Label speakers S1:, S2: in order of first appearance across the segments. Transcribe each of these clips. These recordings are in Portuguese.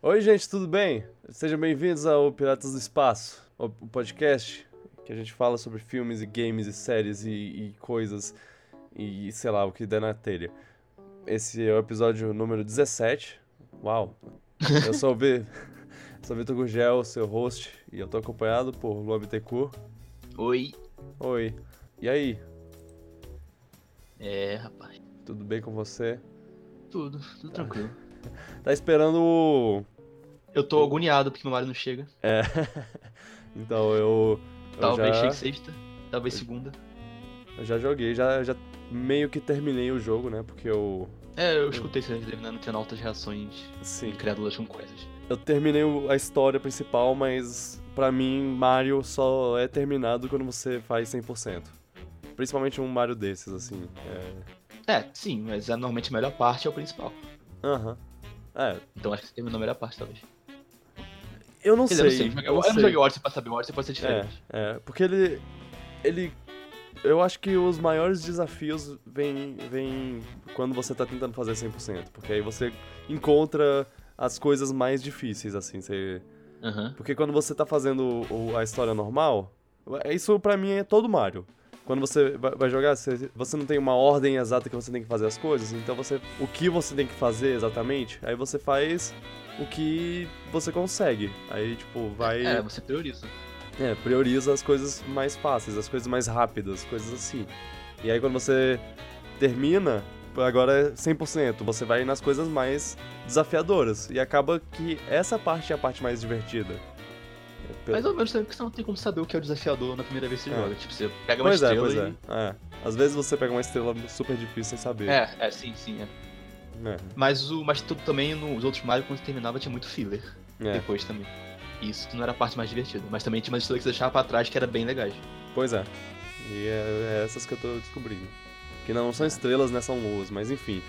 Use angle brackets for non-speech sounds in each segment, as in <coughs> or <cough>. S1: Oi, gente, tudo bem? Sejam bem-vindos ao Piratas do Espaço, o o podcast que a gente fala sobre filmes e games e séries e, e coisas e sei lá, o que der na telha. Esse é o episódio número 17. Uau! Eu sou o Vi... <laughs> sou o Vitor Gurgel, seu host, e eu tô acompanhado por Luan Bittencourt.
S2: Oi.
S1: Oi. E aí,
S2: É, rapaz.
S1: tudo bem com você?
S2: Tudo, tudo tranquilo.
S1: Tá esperando o
S2: Eu tô agoniado porque meu Mario não chega.
S1: É. <laughs> Então eu. eu
S2: Talvez
S1: já,
S2: chegue sexta, talvez segunda.
S1: eu já joguei, já, já meio que terminei o jogo, né? Porque eu.
S2: É, eu escutei esse dele, né? Não tendo altas reações
S1: Sim.
S2: incrédulas com coisas.
S1: assim, Eu terminei o- a história principal, mas pra mim, Mario só é terminado quando você faz 100%. Principalmente um Mario desses, assim. É.
S2: É, sim, mas é, normalmente a melhor parte é o principal.
S1: Aham. É,
S2: Então acho que você terminou a melhor parte, talvez.
S1: eu não
S2: Quer
S1: sei.
S2: dizer, eu não sei. Eu, eu não
S1: sei.
S2: joguei Odyssey pra saber, o Odyssey pode ser diferente.
S1: É, porque ele. Ele. Eu acho que os maiores desafios vêm vem quando você tá tentando fazer 100%, porque aí você encontra as coisas mais difíceis, assim. Você...
S2: Aham.
S1: Porque quando você tá fazendo o- a história normal, isso pra mim é todo Mario. Quando você vai vai jogar, você, você não tem uma ordem exata que você tem que fazer as coisas, então você. O que você tem que fazer exatamente, aí você faz o que você consegue. Aí, tipo, vai.
S2: É, você prioriza.
S1: É, prioriza as coisas mais fáceis, as coisas mais rápidas, coisas assim. E aí quando você termina, agora é 100%, você vai nas coisas mais desafiadoras. E acaba que essa parte é a parte mais divertida. É, pelo-
S2: Mais ou menos também, porque você não tem como saber o que é o desafiador na primeira vez que você
S1: É.
S2: joga. Tipo, você pega uma
S1: pois é,
S2: estrela
S1: pois
S2: e...
S1: é. é. Às vezes você pega uma estrela super difícil sem saber.
S2: É, é, sim, sim, é.
S1: É,
S2: Mas, o, mas tudo também, nos outros Mario, quando você terminava, tinha muito filler.
S1: é.
S2: depois também. Isso que não era a parte mais divertida, mas também tinha umas histórias que você deixava pra trás que era bem legais.
S1: Pois é. E é, é essas que eu tô descobrindo. Que não são estrelas, né? São luas, mas enfim.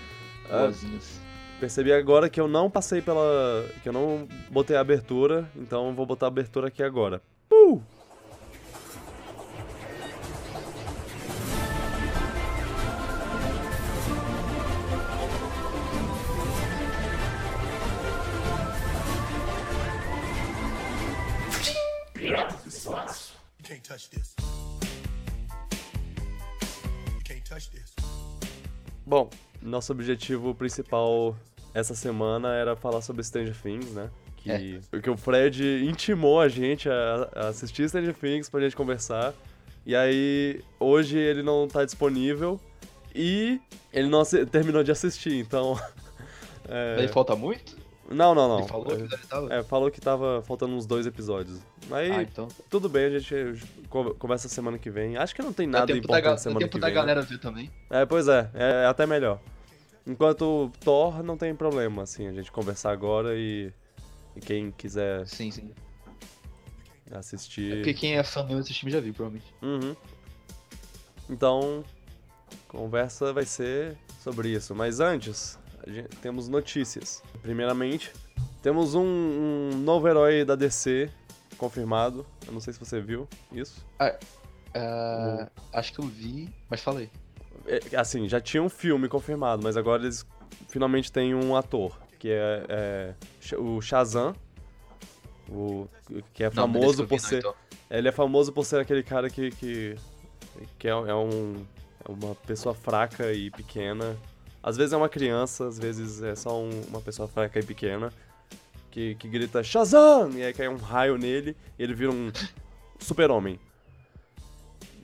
S1: Ah,
S2: Boazinhas.
S1: Percebi agora que eu não passei pela. que eu não botei a abertura, então eu vou botar a abertura aqui agora. Uh!
S3: You can't touch this. You can't touch this.
S1: Bom, nosso objetivo principal essa semana era falar sobre Stranger Things, né? Que,
S2: É.
S1: que o Fred intimou a gente a, a assistir Stranger Things pra gente conversar. E aí, hoje ele não tá disponível e ele não assi- terminou de assistir, então. <laughs> é,
S2: Daí falta muito?
S1: Não, não, não.
S2: Ele falou que ele tava.
S1: É, falou que tava faltando uns dois episódios. Aí,
S2: Ah, então.
S1: tudo bem, a gente co- começa semana que vem. Acho que não tem
S2: Dá
S1: nada
S2: tempo da,
S1: importante
S2: um ga- dá
S1: semana
S2: tempo
S1: que
S2: da
S1: vem. né?
S2: galera ver também.
S1: É, pois é, é até melhor. Enquanto Thor não tem problema, assim, a gente conversar agora e, e quem quiser
S2: Sim, sim. Porque
S1: assistir.
S2: quem é fã mesmo desse time já viu, provavelmente.
S1: Uhum. Então, conversa vai ser sobre isso. Mas antes, a gente- temos notícias. Primeiramente, temos um, um novo herói da DC confirmado. Eu não sei se você viu isso.
S2: Ah,
S1: Uhum.
S2: Acho que eu vi, mas falei.
S1: É, assim, já tinha um filme confirmado, mas agora eles finalmente têm um ator, que é, é Sh- o Shazam, o, que é
S2: Não, beleza,
S1: famoso
S2: eu vi
S1: por
S2: não,
S1: ser...
S2: então.
S1: Ele é famoso por ser aquele cara que, que, que é, é um, é uma pessoa fraca e pequena. Às vezes é uma criança, às vezes é só um- uma pessoa fraca e pequena. Que, que grita Shazam! E aí cai um raio nele e ele vira um super-homem.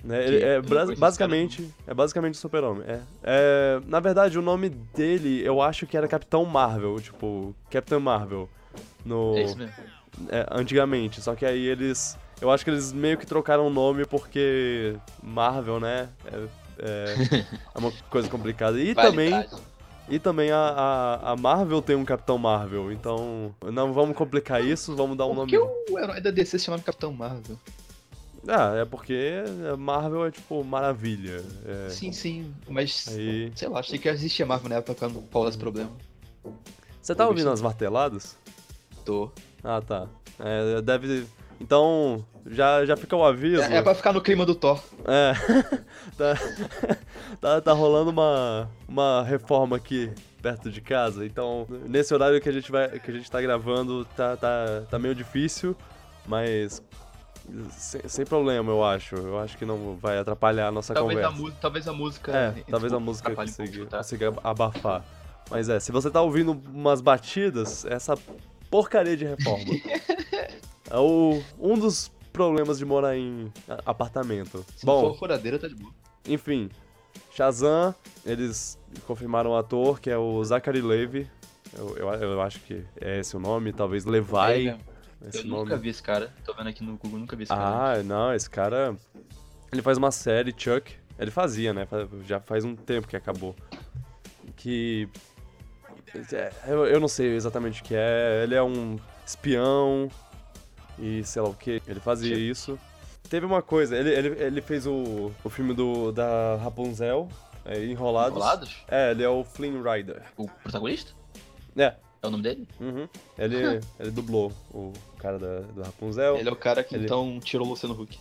S1: Né, ele
S2: Que-
S1: é
S2: eu não
S1: bra-
S2: conheço esse
S1: basicamente é basicamente super-homem. É. É, na verdade, o nome dele eu acho que era Capitão Marvel, tipo, Captain Marvel. No,
S2: É isso mesmo.
S1: é, antigamente, só que aí eles. Eu acho que eles meio que trocaram o nome porque Marvel, né? É, é-
S2: <laughs>
S1: é uma coisa complicada. E também,
S2: Validade.
S1: e também a, a, a Marvel tem um Capitão Marvel, então não vamos complicar isso, vamos dar um
S2: Por
S1: nome.
S2: que o herói da DC se chama Capitão Marvel?
S1: Ah, é porque Marvel é tipo maravilha. é.
S2: Sim, sim, mas.
S1: Aí. Uhum.
S2: Sei lá, achei que existia Marvel na época quando qual era esse problema.
S1: Você tá ouvindo as marteladas?
S2: Tô.
S1: Ah, tá. É, deve. Então, já, já fica o aviso.
S2: É, é pra ficar no clima do Thor.
S1: <laughs> É. tá, tá, tá rolando uma, uma reforma aqui perto de casa. Então, nesse horário que a gente, vai, que a gente tá gravando, tá, tá, tá meio difícil, mas. Sem, sem problema, eu acho. Eu acho que não vai atrapalhar a nossa
S2: Talvez a,
S1: conversa.
S2: mu- talvez a música.
S1: É,
S2: esse
S1: talvez a
S2: pouco
S1: música
S2: atrapalhe um pouco,
S1: consiga,
S2: tá?
S1: consiga abafar. Mas é, se você tá ouvindo umas batidas, essa porcaria de
S2: <laughs>
S1: reforma. é o, um dos problemas de morar em a- apartamento.
S2: Se não
S1: Bom,
S2: for furadeira, tá de boa.
S1: enfim. Shazam, eles confirmaram o ator, que é o Zachary Levy. Eu, eu, eu acho que é esse o nome, talvez Levi.
S2: É,
S1: esse
S2: Eu
S1: nome.
S2: nunca vi esse cara. Tô vendo aqui no Google, nunca vi esse cara.
S1: Ah, não, esse cara. Ele faz uma série, Chuck. Ele fazia, né? Fa- Já faz um tempo que acabou. Que. é, Eu, eu não sei exatamente o que é. Ele é um espião e sei lá o que. Ele fazia
S2: Chuck.
S1: isso. Teve uma coisa, ele, ele, ele fez o, o filme do, da Rapunzel, é, Enrolados.
S2: Colados?
S1: É, ele é o Flynn Rider.
S2: O protagonista?
S1: É,
S2: É o nome dele?
S1: uhum. ele, ele dublou o cara da, do Rapunzel.
S2: Hum. Ele é o cara que
S1: Ele-
S2: então tirou o Luciano Huck.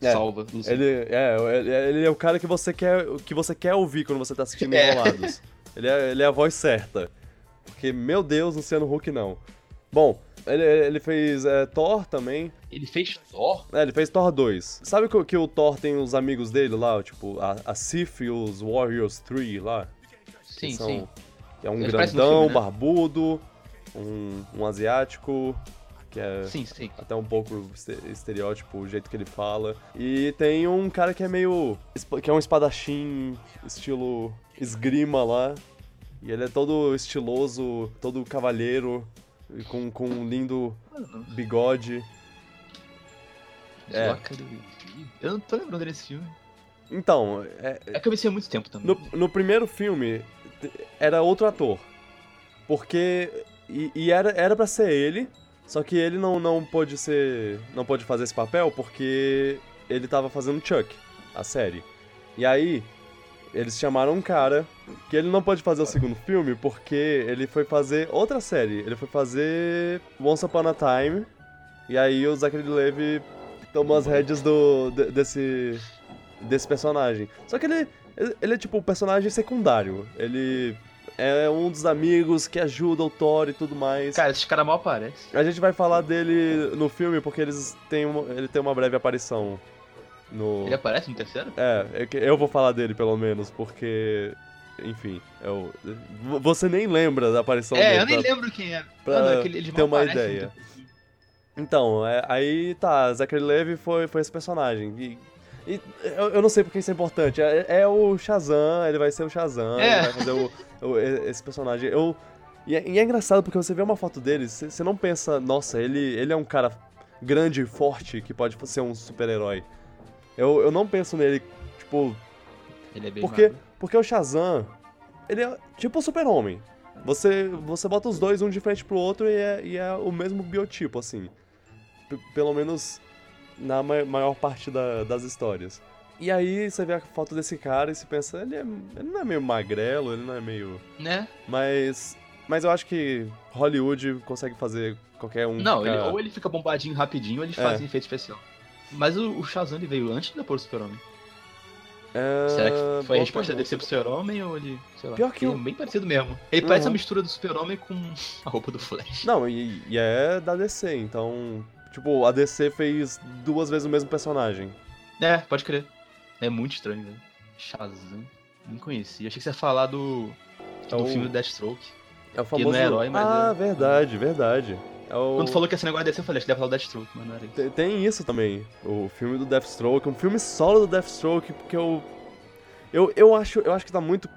S1: É.
S2: Salva Luciano.
S1: Ele é, ele- ele é o cara que você quer, que você quer ouvir quando você tá assistindo
S2: É. <laughs>
S1: Enrolados. Ele, é, ele é a voz certa. Porque, meu Deus, Luciano Huck não. Bom, ele, ele fez é, Thor também.
S2: Ele fez Thor?
S1: É, ele fez Thor 2. Sabe que, o- que o Thor tem os amigos dele lá? Tipo, a, a Sif e os Warriors 3 lá? que
S2: Sim,
S1: são-
S2: sim.
S1: que É um
S2: Eles parecem no
S1: grandão,
S2: filme, né?
S1: barbudo, um, um asiático, que é
S2: Sim, sim.
S1: até um pouco este- estereótipo o jeito que ele fala. E tem um cara que é meio. espa- que é um espadachim estilo esgrima lá. E ele é todo estiloso, todo cavalheiro, e com, com um lindo
S2: Mano,
S1: bigode. É.
S2: Zachary Levi? Eu não tô lembrando desse filme.
S1: Então, é-
S2: É que eu venci há muito tempo também.
S1: no, no primeiro filme t- era outro ator. Porque. E, e era, era pra ser ele, só que ele não, não pôde ser. não pôde fazer esse papel porque ele tava fazendo Chuck, a série. E aí, eles chamaram um cara que ele não pode fazer o segundo filme porque ele foi fazer outra série. Ele foi fazer Once Upon a Time. E aí o Zachary Levy tomou as rédeas do, de- desse, desse personagem. Só que ele, ele é tipo um personagem secundário. Ele é um dos amigos que ajuda o Thor e tudo mais.
S2: Cara, esses caras mal aparecem.
S1: A gente vai falar dele no filme porque eles têm uma, ele tem uma breve aparição no.
S2: Ele aparece no terceiro?
S1: É, é que eu vou falar dele pelo menos, porque. Enfim, eu. v- Você nem lembra da aparição dele.
S2: é, eu nem
S1: tá?
S2: lembro quem é.
S1: pra
S2: Mano, é que eles
S1: ter
S2: mal
S1: uma
S2: aparecem no
S1: ideia.
S2: terceiro filme.
S1: Então, é, aí tá, Zachary Levy foi, foi esse personagem. E, e eu, eu não sei porque isso é importante. É, é o Shazam, ele vai ser o Shazam,
S2: É.
S1: ele vai fazer o, o- e- esse personagem. Eu, e, é, e é engraçado porque você vê uma foto dele, você você não pensa, nossa, ele, ele é um cara grande e forte que pode ser um super-herói. Eu, eu não penso nele, tipo,
S2: Ele é bem
S1: porque,
S2: magro.
S1: porque o Shazam, ele é tipo o super-homem. Você, você bota os dois um de frente pro outro e é, e é o mesmo biotipo, assim. P- pelo menos na ma- maior parte da- das histórias. E aí você vê a foto desse cara e se pensa, ele, é, ele não é meio magrelo, ele não é meio.
S2: Né?
S1: Mas. Mas eu acho que Hollywood consegue fazer qualquer um.
S2: Não, ele,
S1: ficar-
S2: ou ele fica bombadinho rapidinho ou eles
S1: É.
S2: fazem efeito especial. Mas o, o Shazam ele veio antes ou depois do Super-Homem?
S1: É,
S2: Será que foi
S1: boa
S2: a resposta dele
S1: pergunta.
S2: ser pro Super-Homem ou ele. Sei lá.
S1: Pior que
S2: ele
S1: eu-
S2: é bem parecido mesmo. Ele parece
S1: Uhum.
S2: a mistura do Super-Homem com <laughs> a roupa do Flash.
S1: Não, e, e é da DC, então. Tipo, a DC fez duas vezes o mesmo personagem.
S2: É, pode crer. É muito estranho, velho. Shazam. Nem conheci. Achei que você ia falar do.
S1: É
S2: do
S1: o-
S2: filme do Deathstroke.
S1: É o
S2: não é herói, mas
S1: Ah,
S2: é-
S1: verdade, verdade. É o-
S2: Quando falou que ia ser um negócio desse, eu falei, acho que deve falar do Deathstroke, mas não era isso.
S1: Te- Tem isso também. O filme do Deathstroke, um filme solo do Deathstroke, porque eu. Eu, eu, acho, eu acho que tá muito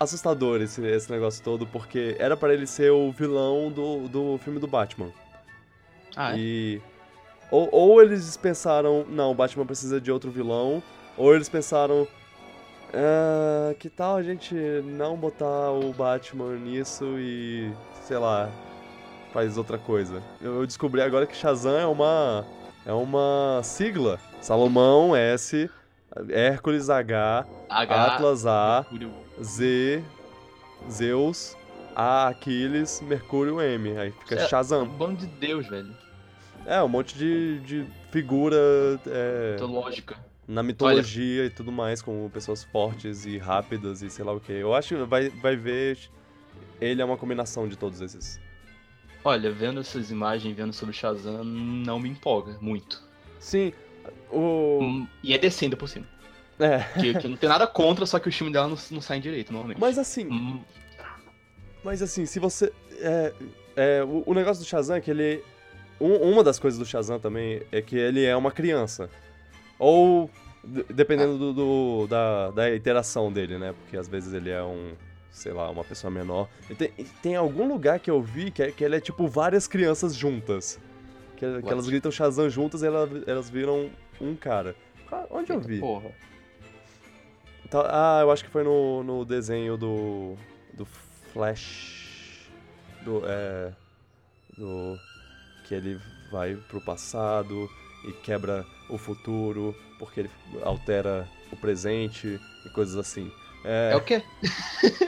S1: assustador esse, esse negócio todo, porque era pra ele ser o vilão do, do filme do Batman.
S2: Ah, é?
S1: E. Ou, ou eles pensaram, não, o Batman precisa de outro vilão, ou eles pensaram. "Ah, que tal a gente não botar o Batman nisso e. sei lá. faz outra coisa. Eu, eu descobri agora que Shazam é uma. é uma sigla. Salomão S, Hércules H,
S2: H.
S1: Atlas A,
S2: Mercúrio.
S1: Z, Zeus, A, Aquiles, Mercúrio M. Aí fica
S2: É,
S1: Shazam.
S2: Bando de Deus, velho.
S1: É, um monte de, de figura. É,
S2: Mitológica.
S1: na mitologia e tudo mais, como pessoas fortes e rápidas e sei lá o que. Eu acho que vai, vai ver. Ele é uma combinação de todos esses.
S2: Olha, vendo essas imagens, vendo sobre Shazam, não me empolga muito.
S1: Sim, o.
S2: Hum, E é descendo por cima.
S1: É.
S2: Que, que eu não tenho nada contra, só que o time dela não, não sai direito, normalmente.
S1: Mas assim,
S2: Hum,
S1: Mas assim, se você. É, é, o, o negócio do Shazam é que ele. um- uma das coisas do Shazam também é que ele é uma criança. Ou. de- Dependendo do, do- da, da interação dele, né? Porque às vezes ele é um. Sei lá, uma pessoa menor. E tem, e tem algum lugar que eu vi que, é- que ele é tipo várias crianças juntas. Que, que
S2: What?
S1: elas gritam Shazam juntas e ela- elas viram um cara. Ca- Onde eu
S2: eita
S1: vi?
S2: Porra.
S1: Tá- ah, eu acho que foi no, no desenho do. Do Flash. Do. É. Do. Que ele vai pro passado e quebra o futuro porque ele altera o presente e coisas assim.
S2: É,
S1: É,
S2: o quê?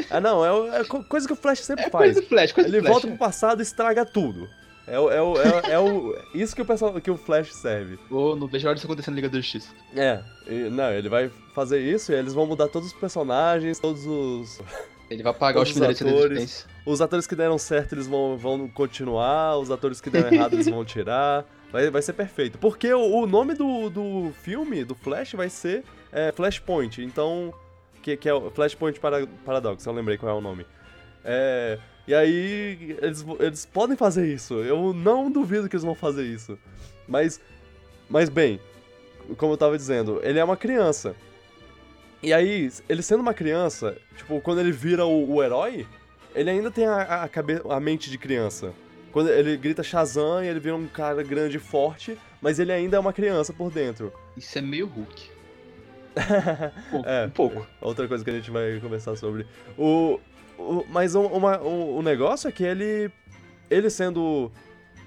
S1: ah, não, é, o- é co- coisa que o Flash sempre
S2: É
S1: faz.
S2: coisa do Flash, coisa
S1: Ele
S2: do Flash.
S1: volta pro passado e estraga tudo. É, o- é, o- é, o- é o, isso que o, pessoal, que o Flash serve.
S2: Ô, não vejo a hora disso acontecer na Liga da Justiça.
S1: É, e- não, ele vai fazer isso e eles vão mudar todos os personagens, todos os.
S2: Ele vai pagar os
S1: Todos os
S2: filhos da
S1: atores.
S2: existência.
S1: Os atores que deram certo, eles vão, vão continuar, os atores que deram errado, eles vão tirar. Vai, vai ser perfeito. Porque o, o nome do, do filme, do Flash, vai ser é, Flashpoint, então. Que, que é o Flashpoint Para- Paradox, eu lembrei qual é o nome. É, e aí, eles, vo- eles podem fazer isso. Eu não duvido que eles vão fazer isso. Mas, mas bem, como eu tava dizendo, ele é uma criança. E aí, ele sendo uma criança, tipo, quando ele vira o, o herói, ele ainda tem a, a, cabe- a mente de criança. Quando ele grita Shazam e ele vira um cara grande e forte, mas ele ainda é uma criança por dentro.
S2: Isso é
S1: <laughs>
S2: meio Hulk. Pouco,
S1: É.
S2: Um pouco.
S1: Outra coisa que a gente vai conversar sobre. O, o- mas um, uma- um- um negócio é que ele, ele sendo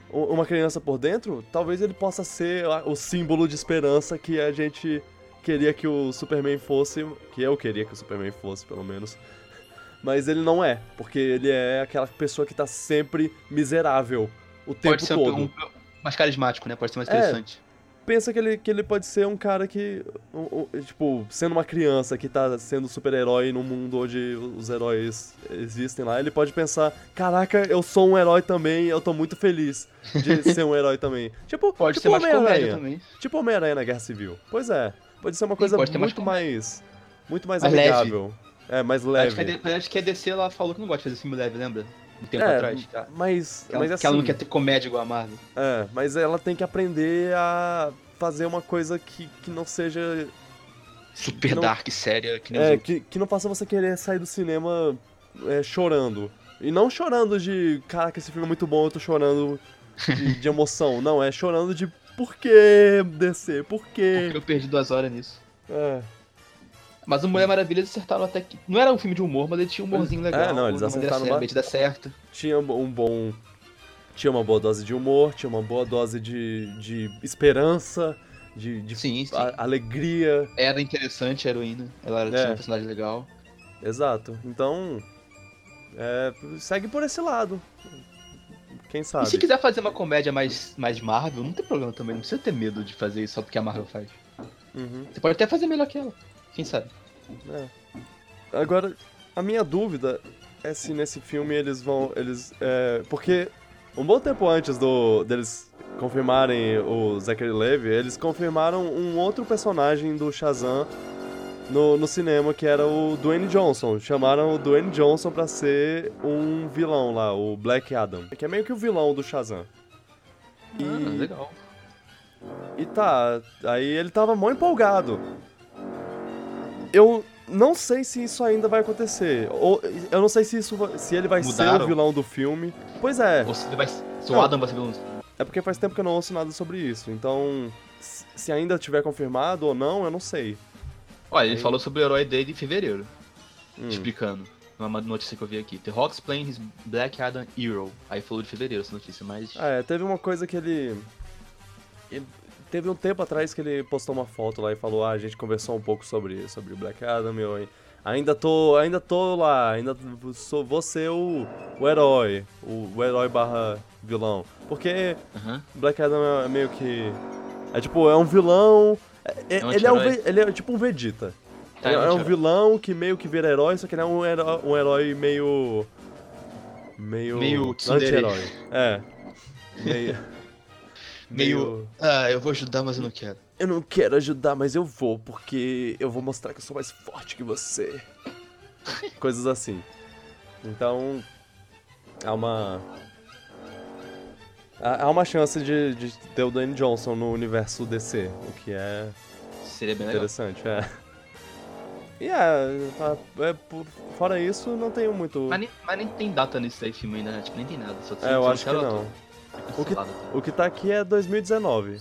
S1: u- uma criança por dentro, talvez ele possa ser a- o símbolo de esperança que a gente queria que o Superman fosse, que eu queria que o Superman fosse, pelo menos. Mas ele não é, porque ele é aquela pessoa que tá sempre miserável o tempo
S2: Pode ser um-
S1: todo.
S2: um, mais carismático, né? Pode ser mais
S1: É.
S2: interessante.
S1: pensa que ele, que ele pode ser um cara que. um- um- tipo, sendo uma criança que tá sendo super-herói num mundo onde os heróis existem lá, ele pode pensar: caraca, eu sou um herói também, eu tô muito feliz
S2: <laughs>
S1: de ser um herói também. Tipo,
S2: Pode
S1: tipo
S2: ser mais comédia
S1: Homem-Aranha.
S2: também.
S1: Tipo Homem-Aranha na Guerra Civil. Pois é. Pode ser uma coisa
S2: pode ter mais
S1: muito mais. Muito mais,
S2: Mais leve.
S1: amigável. É, mais
S2: Acho que,
S1: leve.
S2: a D- acho que a DC ela falou que não gosta de fazer filme leve, lembra? Um tempo
S1: É,
S2: atrás. Tá?
S1: Mas,
S2: Que ela,
S1: mas
S2: que
S1: assim.
S2: ela não quer ter comédia igual a Marvel.
S1: É, mas ela tem que aprender a fazer uma coisa que, que não seja
S2: Super
S1: Não-
S2: dark, séria, que nem os
S1: É,
S2: outros.
S1: que, que não faça você querer sair do cinema é, chorando. E não chorando de, caraca, esse filme é muito bom, eu tô chorando de, de emoção. Não, é chorando de por que descer, por
S2: Por
S1: que.
S2: que eu perdi duas horas nisso.
S1: É,
S2: Mas o Mulher Maravilha eles acertaram até que. Não era um filme de humor, mas ele tinha um humorzinho legal.
S1: É, não, eles
S2: de uma maneira
S1: acertaram
S2: séria,
S1: ba-
S2: de dar certo.
S1: tinha um bom. Tinha uma boa dose de humor, tinha uma boa dose de, de esperança, de, de
S2: Sim, sim.
S1: a- alegria.
S2: Era interessante a heroína. Ela era,
S1: Ah. É.
S2: tinha um personagem legal.
S1: Exato. Então. é, segue por esse lado. Quem sabe?
S2: E se quiser fazer uma comédia mais, mais Marvel, não tem problema também. Não precisa ter medo de fazer isso só porque a Marvel faz.
S1: Uhum.
S2: Você pode até fazer melhor que ela. Quem sabe?
S1: É. Agora, a minha dúvida é se nesse filme eles vão. Eles. é, porque um bom tempo antes do deles confirmarem o Zachary Levi, eles confirmaram um outro personagem do Shazam no, no cinema, que era o Dwayne Johnson. Chamaram o Dwayne Johnson pra ser um vilão lá, o Black Adam. Que é meio que o vilão do Shazam. E-
S2: Ah, legal.
S1: e tá, aí ele tava mó empolgado. Eu não sei se isso ainda vai acontecer. Ou eu não sei se isso va- se ele vai ser o
S2: Mudaram?
S1: vilão do filme. Pois é,
S2: Ou se, ele vai, se
S1: Não.
S2: o Adam vai ser vilão.
S1: é porque faz tempo que eu não ouço nada sobre isso. Então, se se ainda tiver confirmado ou não, eu não sei.
S2: Olha, ele
S1: Aí-
S2: falou sobre o herói dele em fevereiro,
S1: Hum,
S2: explicando. Uma notícia que eu vi aqui. The Hawks playing his Black Adam Hero. Aí falou de fevereiro essa notícia, mas.
S1: Ah, É, teve uma coisa que ele. ele- Teve um tempo atrás que ele postou uma foto lá e falou: Ah, a gente conversou um pouco sobre, sobre o Black Adam, meu. hein? Ainda tô, ainda tô lá, ainda sou, vou ser o, o herói, o, o herói barra vilão. Porque
S2: Aham.
S1: Black Adam é meio que. É tipo, é um é vilão, é É-
S2: É um
S1: ele, é um,
S2: anti-herói.
S1: Ve- ele é tipo um Vegeta.
S2: Tá,
S1: é,
S2: é um
S1: é um
S2: anti-herói.
S1: vilão que meio que vira herói, só que ele é um herói, um herói meio. Meio.
S2: Meio tsundere.
S1: anti-herói.
S2: <laughs>
S1: É. Meio.
S2: Meio. Ah, eu vou ajudar, mas eu não quero.
S1: Eu não quero ajudar, mas eu vou, porque eu vou mostrar que eu sou mais forte que você. Coisas assim. Então. Há uma. Há há uma chance de, de ter o Dwayne Johnson no universo DC, o que é
S2: Seria bem legal.
S1: interessante, é. E é, tá- é, por- fora isso, não tenho muito.
S2: Mas nem, mas nem tem data nesse aí, filme ainda, né? Tipo, nem tem nada. Só
S1: É, eu acho que não.
S2: O
S1: O que, o que tá aqui é 2019.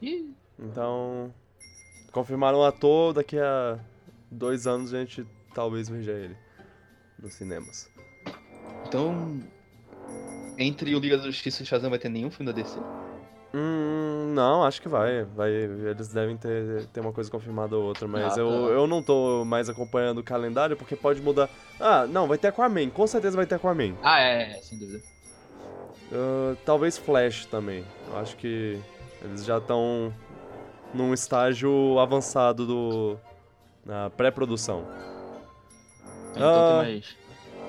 S2: Ih,
S1: Então. Confirmaram o ator, daqui a dois anos a gente talvez veja ele nos cinemas.
S2: então. Entre o Liga da Justiça e o Shazam vai ter nenhum filme da DC?
S1: Hum, não, acho que vai. vai eles devem ter, ter uma coisa confirmada ou outra, mas
S2: Ah,
S1: eu,
S2: tá.
S1: eu não tô mais acompanhando o calendário porque pode mudar. Ah, não, vai ter Aquaman, com certeza vai ter Aquaman.
S2: Ah, é, é, sem dúvida.
S1: Ah, talvez Flash também. Eu acho que eles já estão num estágio avançado do. na pré-produção.
S2: Então
S1: Ah.
S2: tem mais,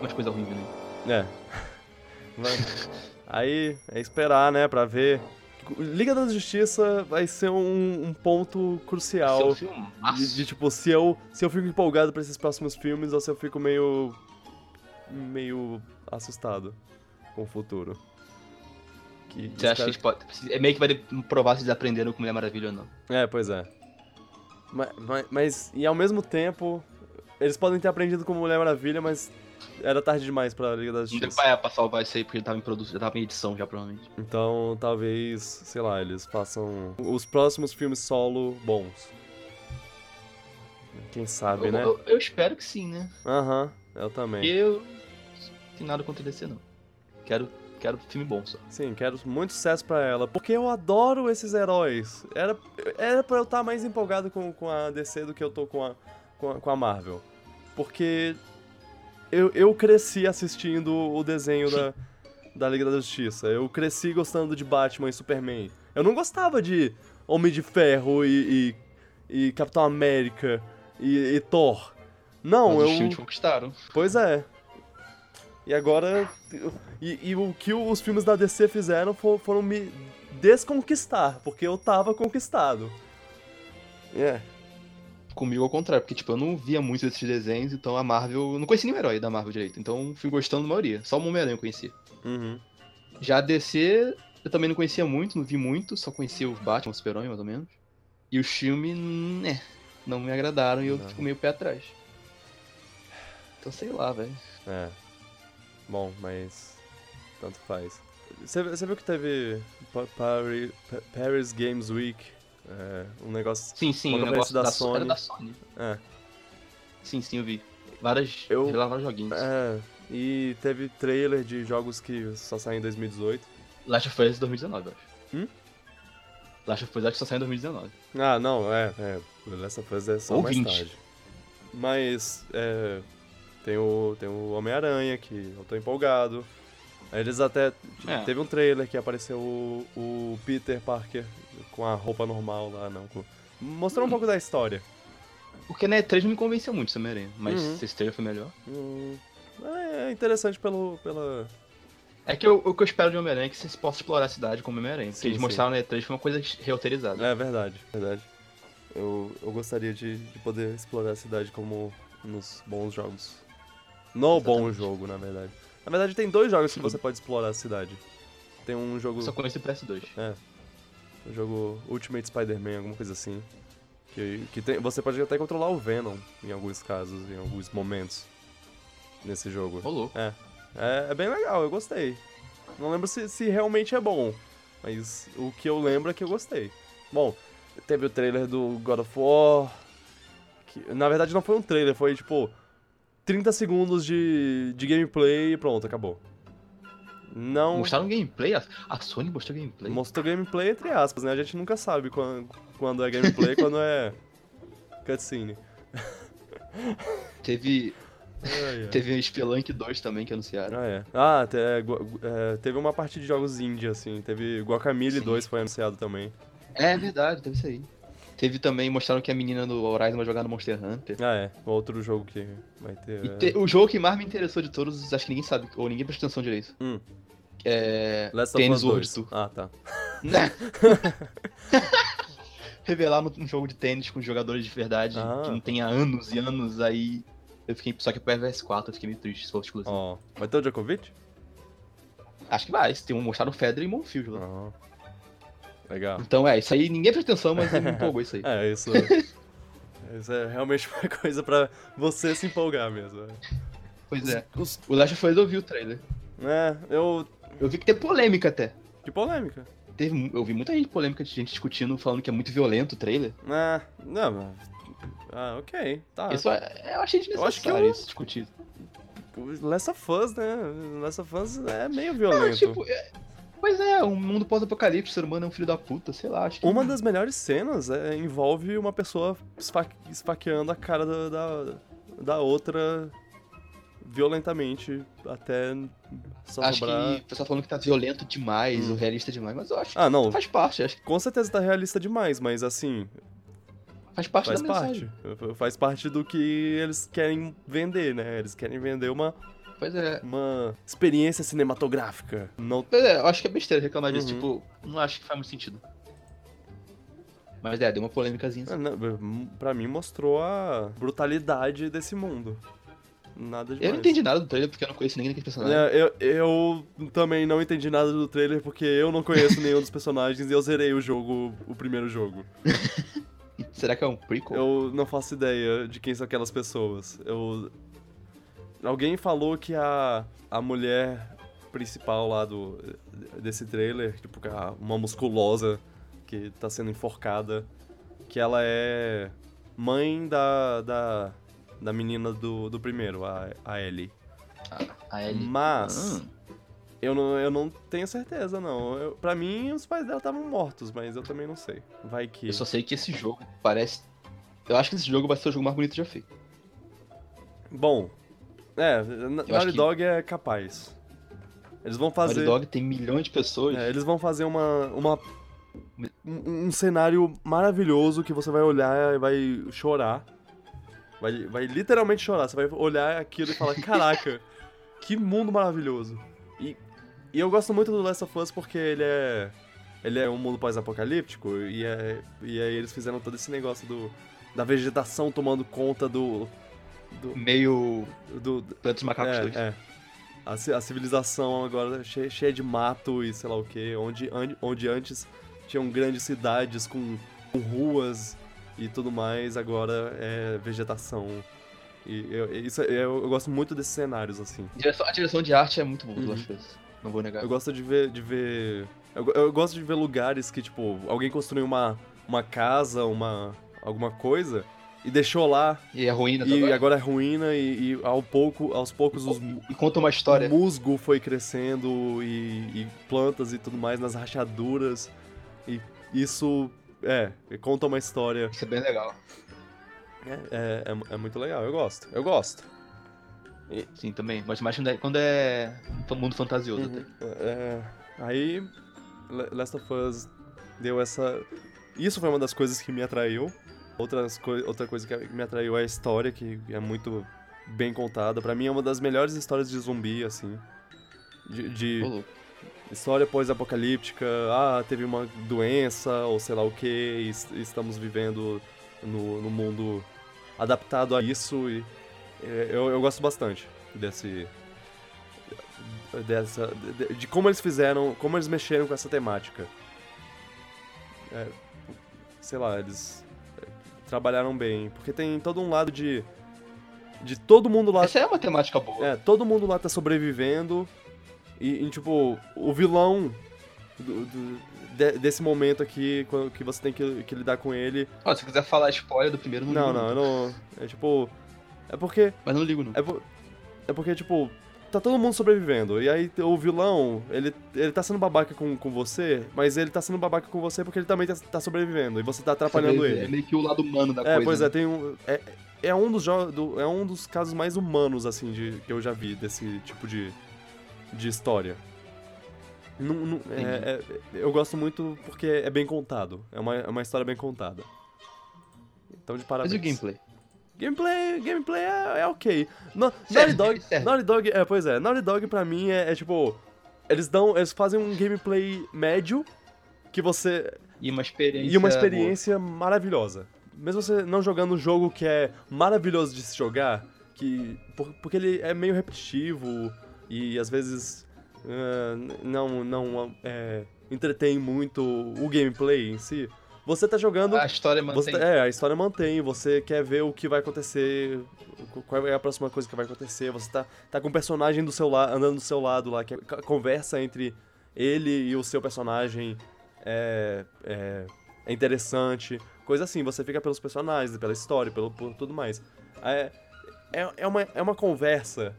S2: mais coisa ruim vindo aí.
S1: É. Vai. <laughs> Aí é esperar, né, pra ver. Liga da Justiça vai ser um, um ponto
S2: Esse é
S1: crucial.
S2: um filmaço.
S1: De, de, tipo, se eu, se eu fico empolgado pra esses próximos filmes ou se eu fico meio. meio assustado com o futuro. Que,
S2: Você acha que
S1: espero-
S2: eles podem. É meio que vai de- provar se eles aprenderam com Mulher Maravilha ou não.
S1: É, pois é. Ma- ma- Mas, e ao mesmo tempo, eles podem ter aprendido com Mulher Maravilha, mas era tarde demais pra Liga da
S2: Não é? deu
S1: Justiça.
S2: pra, pra salvar isso aí, porque já tava em produção, já tava em edição já, provavelmente.
S1: Então, talvez, sei lá, eles façam os próximos filmes solo bons. Quem sabe,
S2: eu,
S1: né?
S2: eu- eu espero que sim, né?
S1: Aham, eu também.
S2: Porque eu. Não tenho nada contra DC, não. Quero, quero filme bom só.
S1: Sim, quero muito sucesso pra ela, porque eu adoro esses heróis. Era, era pra eu estar mais empolgado com, com a DC do que eu tô com a, com a, com a Marvel. Porque eu, eu cresci assistindo o desenho da, da Liga da Justiça. Eu cresci gostando de Batman e Superman. Eu não gostava de Homem de Ferro e, e, e Capitão América e, e Thor. Não,
S2: Mas os
S1: eu.
S2: filmes te conquistaram.
S1: Pois é. E agora. E, e o que os filmes da DC fizeram fo- foram me desconquistar, porque eu tava conquistado. É.
S2: Comigo ao contrário, porque tipo, eu não via muito desses desenhos, então a Marvel. eu Não conhecia nenhum herói da Marvel direito, então fui gostando da maioria. Só o Homem-Aranha eu conhecia.
S1: Uhum.
S2: Já a DC, eu também não conhecia muito, não vi muito, só conhecia o Batman, o Super-Homem, mais ou menos. E os filmes, né, não me agradaram e eu
S1: Não.
S2: fico meio pé atrás. Então sei lá, velho.
S1: É. Bom, mas. Tanto faz. Você você viu que teve Pa- Pari- Pa- Paris Games Week? É, um negócio.
S2: Sim, sim,
S1: Uma
S2: o
S1: conferência
S2: negócio
S1: da
S2: da, Sony.
S1: Sony.
S2: Era da Sony.
S1: É.
S2: Sim, sim, eu vi. Várias,
S1: Eu-
S2: eu... vários joguinhos.
S1: É. E teve trailer de jogos que só saem em 2018.
S2: Last of Us 2019, eu acho.
S1: Hum?
S2: Last of Us acho que só saiu em 2019.
S1: Ah, não, é, é. The Last of Us é só
S2: Ou
S1: mais
S2: 20.
S1: tarde. Mas, é, tem o, tem o Homem-Aranha, que eu tô empolgado. Aí Eles até...
S2: É.
S1: Teve um trailer que apareceu o, o Peter Parker com a roupa normal lá, não. com- Mostrou um pouco da história.
S2: Porque na E3 não me convenceu muito esse Homem-Aranha, mas
S1: Uhum.
S2: se esse trailer foi melhor.
S1: Hum, é interessante pelo, pela...
S2: É que eu- o que eu espero de Homem-Aranha é que vocês possam explorar a cidade como Homem-Aranha.
S1: Sim,
S2: Porque eles
S1: sim.
S2: mostraram na E3 foi uma coisa reuterizada.
S1: É verdade, verdade. Eu, eu gostaria de, de poder explorar a cidade como nos bons jogos. No bom
S2: Exatamente.
S1: jogo, na verdade. Na verdade, tem dois jogos que você pode explorar a cidade. Tem um jogo,
S2: Eu Só conheço o PS2.
S1: um jogo Ultimate Spider-Man, alguma coisa assim. Que, que tem, você pode até controlar o Venom em alguns casos, em alguns momentos. Nesse jogo.
S2: Ô, louco.
S1: É. É, é bem legal, eu gostei. Não lembro se, se realmente é bom, mas o que eu lembro é que eu gostei. Bom, teve o trailer do God of War. Que, na verdade, não foi um trailer, foi tipo 30 segundos de, de gameplay e pronto, acabou. Não.
S2: Mostraram gameplay? A a Sony mostrou gameplay?
S1: Mostrou gameplay entre aspas, né? A gente nunca sabe quan- quando, é gameplay e quando é cutscene.
S2: Teve,
S1: Ai, ai.
S2: teve Spelunk 2 também que anunciaram.
S1: Ah, é. Ah, te- é, gu- gu- é, teve uma parte de jogos indie, assim. Teve Guacamole
S2: Sim.
S1: 2 foi anunciado também.
S2: É verdade, teve isso aí. Teve também, mostraram que a menina do Horizon vai jogar no Monster Hunter.
S1: Ah, é. Outro jogo que vai ter.
S2: E
S1: é,
S2: te- o jogo que mais me interessou de todos, acho que ninguém sabe, ou ninguém presta atenção direito.
S1: Hum.
S2: É.
S1: Last
S2: Tênis
S1: of Us 2.
S2: World Tour.
S1: Ah, tá.
S2: <laughs> Revelar um- um jogo de tênis com jogadores de verdade
S1: Ah.
S2: que não tem há anos e anos, aí. Eu fiquei. Só que pro PS4 eu fiquei meio triste se fosse exclusivo.
S1: Ó. Vai ter o Djokovic? Ah.
S2: Acho que vai, se tem um mostrado o Federer e Monfield lá.
S1: Ó. Legal.
S2: Então é, isso aí ninguém presta atenção, mas me empolgou
S1: <laughs>
S2: isso aí.
S1: É,
S2: <laughs>
S1: isso. isso é realmente uma coisa pra você se empolgar mesmo. é.
S2: Pois é.
S1: Os-
S2: O Last of Us eu vi o trailer.
S1: É, eu.
S2: Eu vi que teve polêmica até.
S1: Que polêmica.
S2: Teve, mu- eu vi muita gente polêmica de gente discutindo, falando que é muito violento o trailer.
S1: Ah, não, mas- Ah, ok. Tá.
S2: Isso é- eu
S1: Eu acho que um
S2: achei desnecessário
S1: eu-
S2: isso discutir.
S1: Last of Us, né? Last of Us é meio
S2: Não,
S1: violento.
S2: tipo, é- pois é, um mundo pós-apocalipse, o ser humano é um filho da puta, sei lá, acho que.
S1: Uma das melhores cenas é, envolve uma pessoa esfa- esfaqueando a cara da, da, da outra violentamente até só
S2: Acho
S1: sobrar.
S2: que o pessoal falando que tá violento demais, ou realista demais, mas eu acho que
S1: Hum. Ah, não.
S2: faz parte, acho que
S1: Com certeza tá realista demais, mas assim,
S2: faz parte
S1: faz
S2: da
S1: parte.
S2: mensagem.
S1: Faz parte do que eles querem vender, né? Eles querem vender uma,
S2: Pois é.
S1: uma experiência cinematográfica. Não.
S2: Pois é, eu acho que é besteira reclamar disso,
S1: Uhum.
S2: tipo, não acho que faz muito sentido. Mas é, deu uma polêmicazinha.
S1: ah, não, Pra mim mostrou a brutalidade desse mundo. Nada demais.
S2: Eu não entendi nada do trailer porque eu não conheço ninguém daquele personagem.
S1: É, eu, eu também não entendi nada do trailer porque eu não conheço nenhum dos personagens e eu zerei o jogo, o primeiro jogo.
S2: Será que é um prequel?
S1: Eu não faço ideia de quem são aquelas pessoas. Eu. Alguém falou que a, a mulher principal lá do, desse trailer, tipo, que a- uma musculosa que tá sendo enforcada, que ela é mãe da. da, da menina do, do primeiro, a, a Ellie.
S2: A Ellie.
S1: Mas.
S2: é Ah,
S1: Eu não, eu não tenho certeza, não. Eu, pra mim, os pais dela estavam mortos, mas eu também não sei. Vai que.
S2: eu só sei que esse jogo parece. Eu acho que esse jogo vai ser o jogo mais bonito já feito.
S1: Bom. É, Na-
S2: acho
S1: Naughty
S2: que-
S1: Dog é capaz. Eles vão
S2: Fazer...
S1: fazer.
S2: Dog tem milhões de pessoas.
S1: é, eles vão fazer uma. uma um, um cenário maravilhoso que você vai olhar e vai chorar. Vai, vai literalmente chorar. Você vai olhar aquilo e falar, caraca, que mundo maravilhoso. E, e eu gosto muito do Last of Us porque ele é. Ele é um mundo pós-apocalíptico e, é, e aí eles fizeram todo esse negócio do, da vegetação tomando conta do. do,
S2: Meio.
S1: do
S2: Plantas Macacos
S1: é,
S2: 2.
S1: é. A, ci- a civilização agora che- cheia de mato e sei lá o que, onde, an- onde antes tinham grandes cidades com, com ruas e tudo mais, agora é vegetação. E eu, isso, é- eu, eu gosto muito desses cenários, assim.
S2: Direção- a direção de arte é muito boa do
S1: Uhum.
S2: Last of Us. Não vou negar.
S1: Eu gosto de ver. De ver eu, go- eu gosto de ver lugares que, tipo, alguém construiu uma, uma casa, uma alguma coisa e deixou lá.
S2: E é ruim
S1: E agora é ruína e, e ao pouco, aos poucos os,
S2: E conta uma história.
S1: O musgo foi crescendo e, e plantas e tudo mais nas rachaduras. E isso, é, conta uma história.
S2: Isso é bem legal.
S1: É, é, é muito legal, eu gosto. Eu gosto.
S2: Sim, também. Mas mais quando é, quando é todo mundo fantasioso. até.
S1: É, aí, La- Last of Us deu essa. Isso foi uma das coisas que me atraiu. Outras coi- outra coisa que me atraiu é a história, que é muito bem contada. Pra mim é uma das melhores histórias de zumbi, assim. De, de-
S2: Ô, louco.
S1: História pós-apocalíptica, ah, teve uma doença ou sei lá o que, e es- estamos vivendo no, no mundo adaptado a isso e é, eu, eu gosto bastante desse dessa de, de como eles fizeram, como eles mexeram com essa temática. É, sei lá, eles é, trabalharam bem, porque tem todo um lado de de todo mundo lá
S2: Essa é uma temática boa.
S1: é, todo mundo lá tá sobrevivendo. E, e, tipo, o vilão do- do- de- desse momento aqui, quando- que você tem que, que lidar com ele.
S2: Ó, se quiser falar spoiler do primeiro, não,
S1: Não,
S2: ligo.
S1: não, eu não. É tipo. É porque.
S2: Mas não ligo, não.
S1: É, po- é porque, tipo, tá todo mundo sobrevivendo. E aí o vilão, ele, ele tá sendo babaca com, com você, mas ele tá sendo babaca com você porque ele também tá, tá sobrevivendo. E você tá atrapalhando
S2: Sobreviver.
S1: ele.
S2: É meio que o lado humano da
S1: É,
S2: coisa.
S1: pois
S2: né?
S1: é, tem um. É, é um dos jo- do, É um dos casos mais humanos, assim, de, que eu já vi desse tipo de, de história. Não, não- é- é- eu gosto muito porque é bem contado. É uma, é uma história bem contada. Então de
S2: Mas
S1: parabéns.
S2: e o gameplay?
S1: Gameplay, gameplay é, é ok. No, Naughty
S2: Serve,
S1: Dog,
S2: serve.
S1: Naughty Dog, é, pois é, Naughty Dog pra mim é, é tipo, eles dão, eles fazem um gameplay médio que você
S2: E uma experiência. é
S1: e uma experiência maravilhosa. Mesmo você não jogando um jogo que é maravilhoso de se jogar, que por- porque ele é meio repetitivo e às vezes ah, n- não não é, entretém muito o gameplay em si. Você tá jogando
S2: boa. A história
S1: você-
S2: mantém.
S1: é, a história mantém, você quer ver o que vai acontecer, qu- qual é a próxima coisa que vai acontecer, você tá, tá com um personagem do seu lado, andando do seu lado lá, que a conversa entre ele e o seu personagem é, é, é interessante, coisa assim, você fica pelos personagens, pela história, pelo, por tudo mais. É, é, é uma, é uma conversa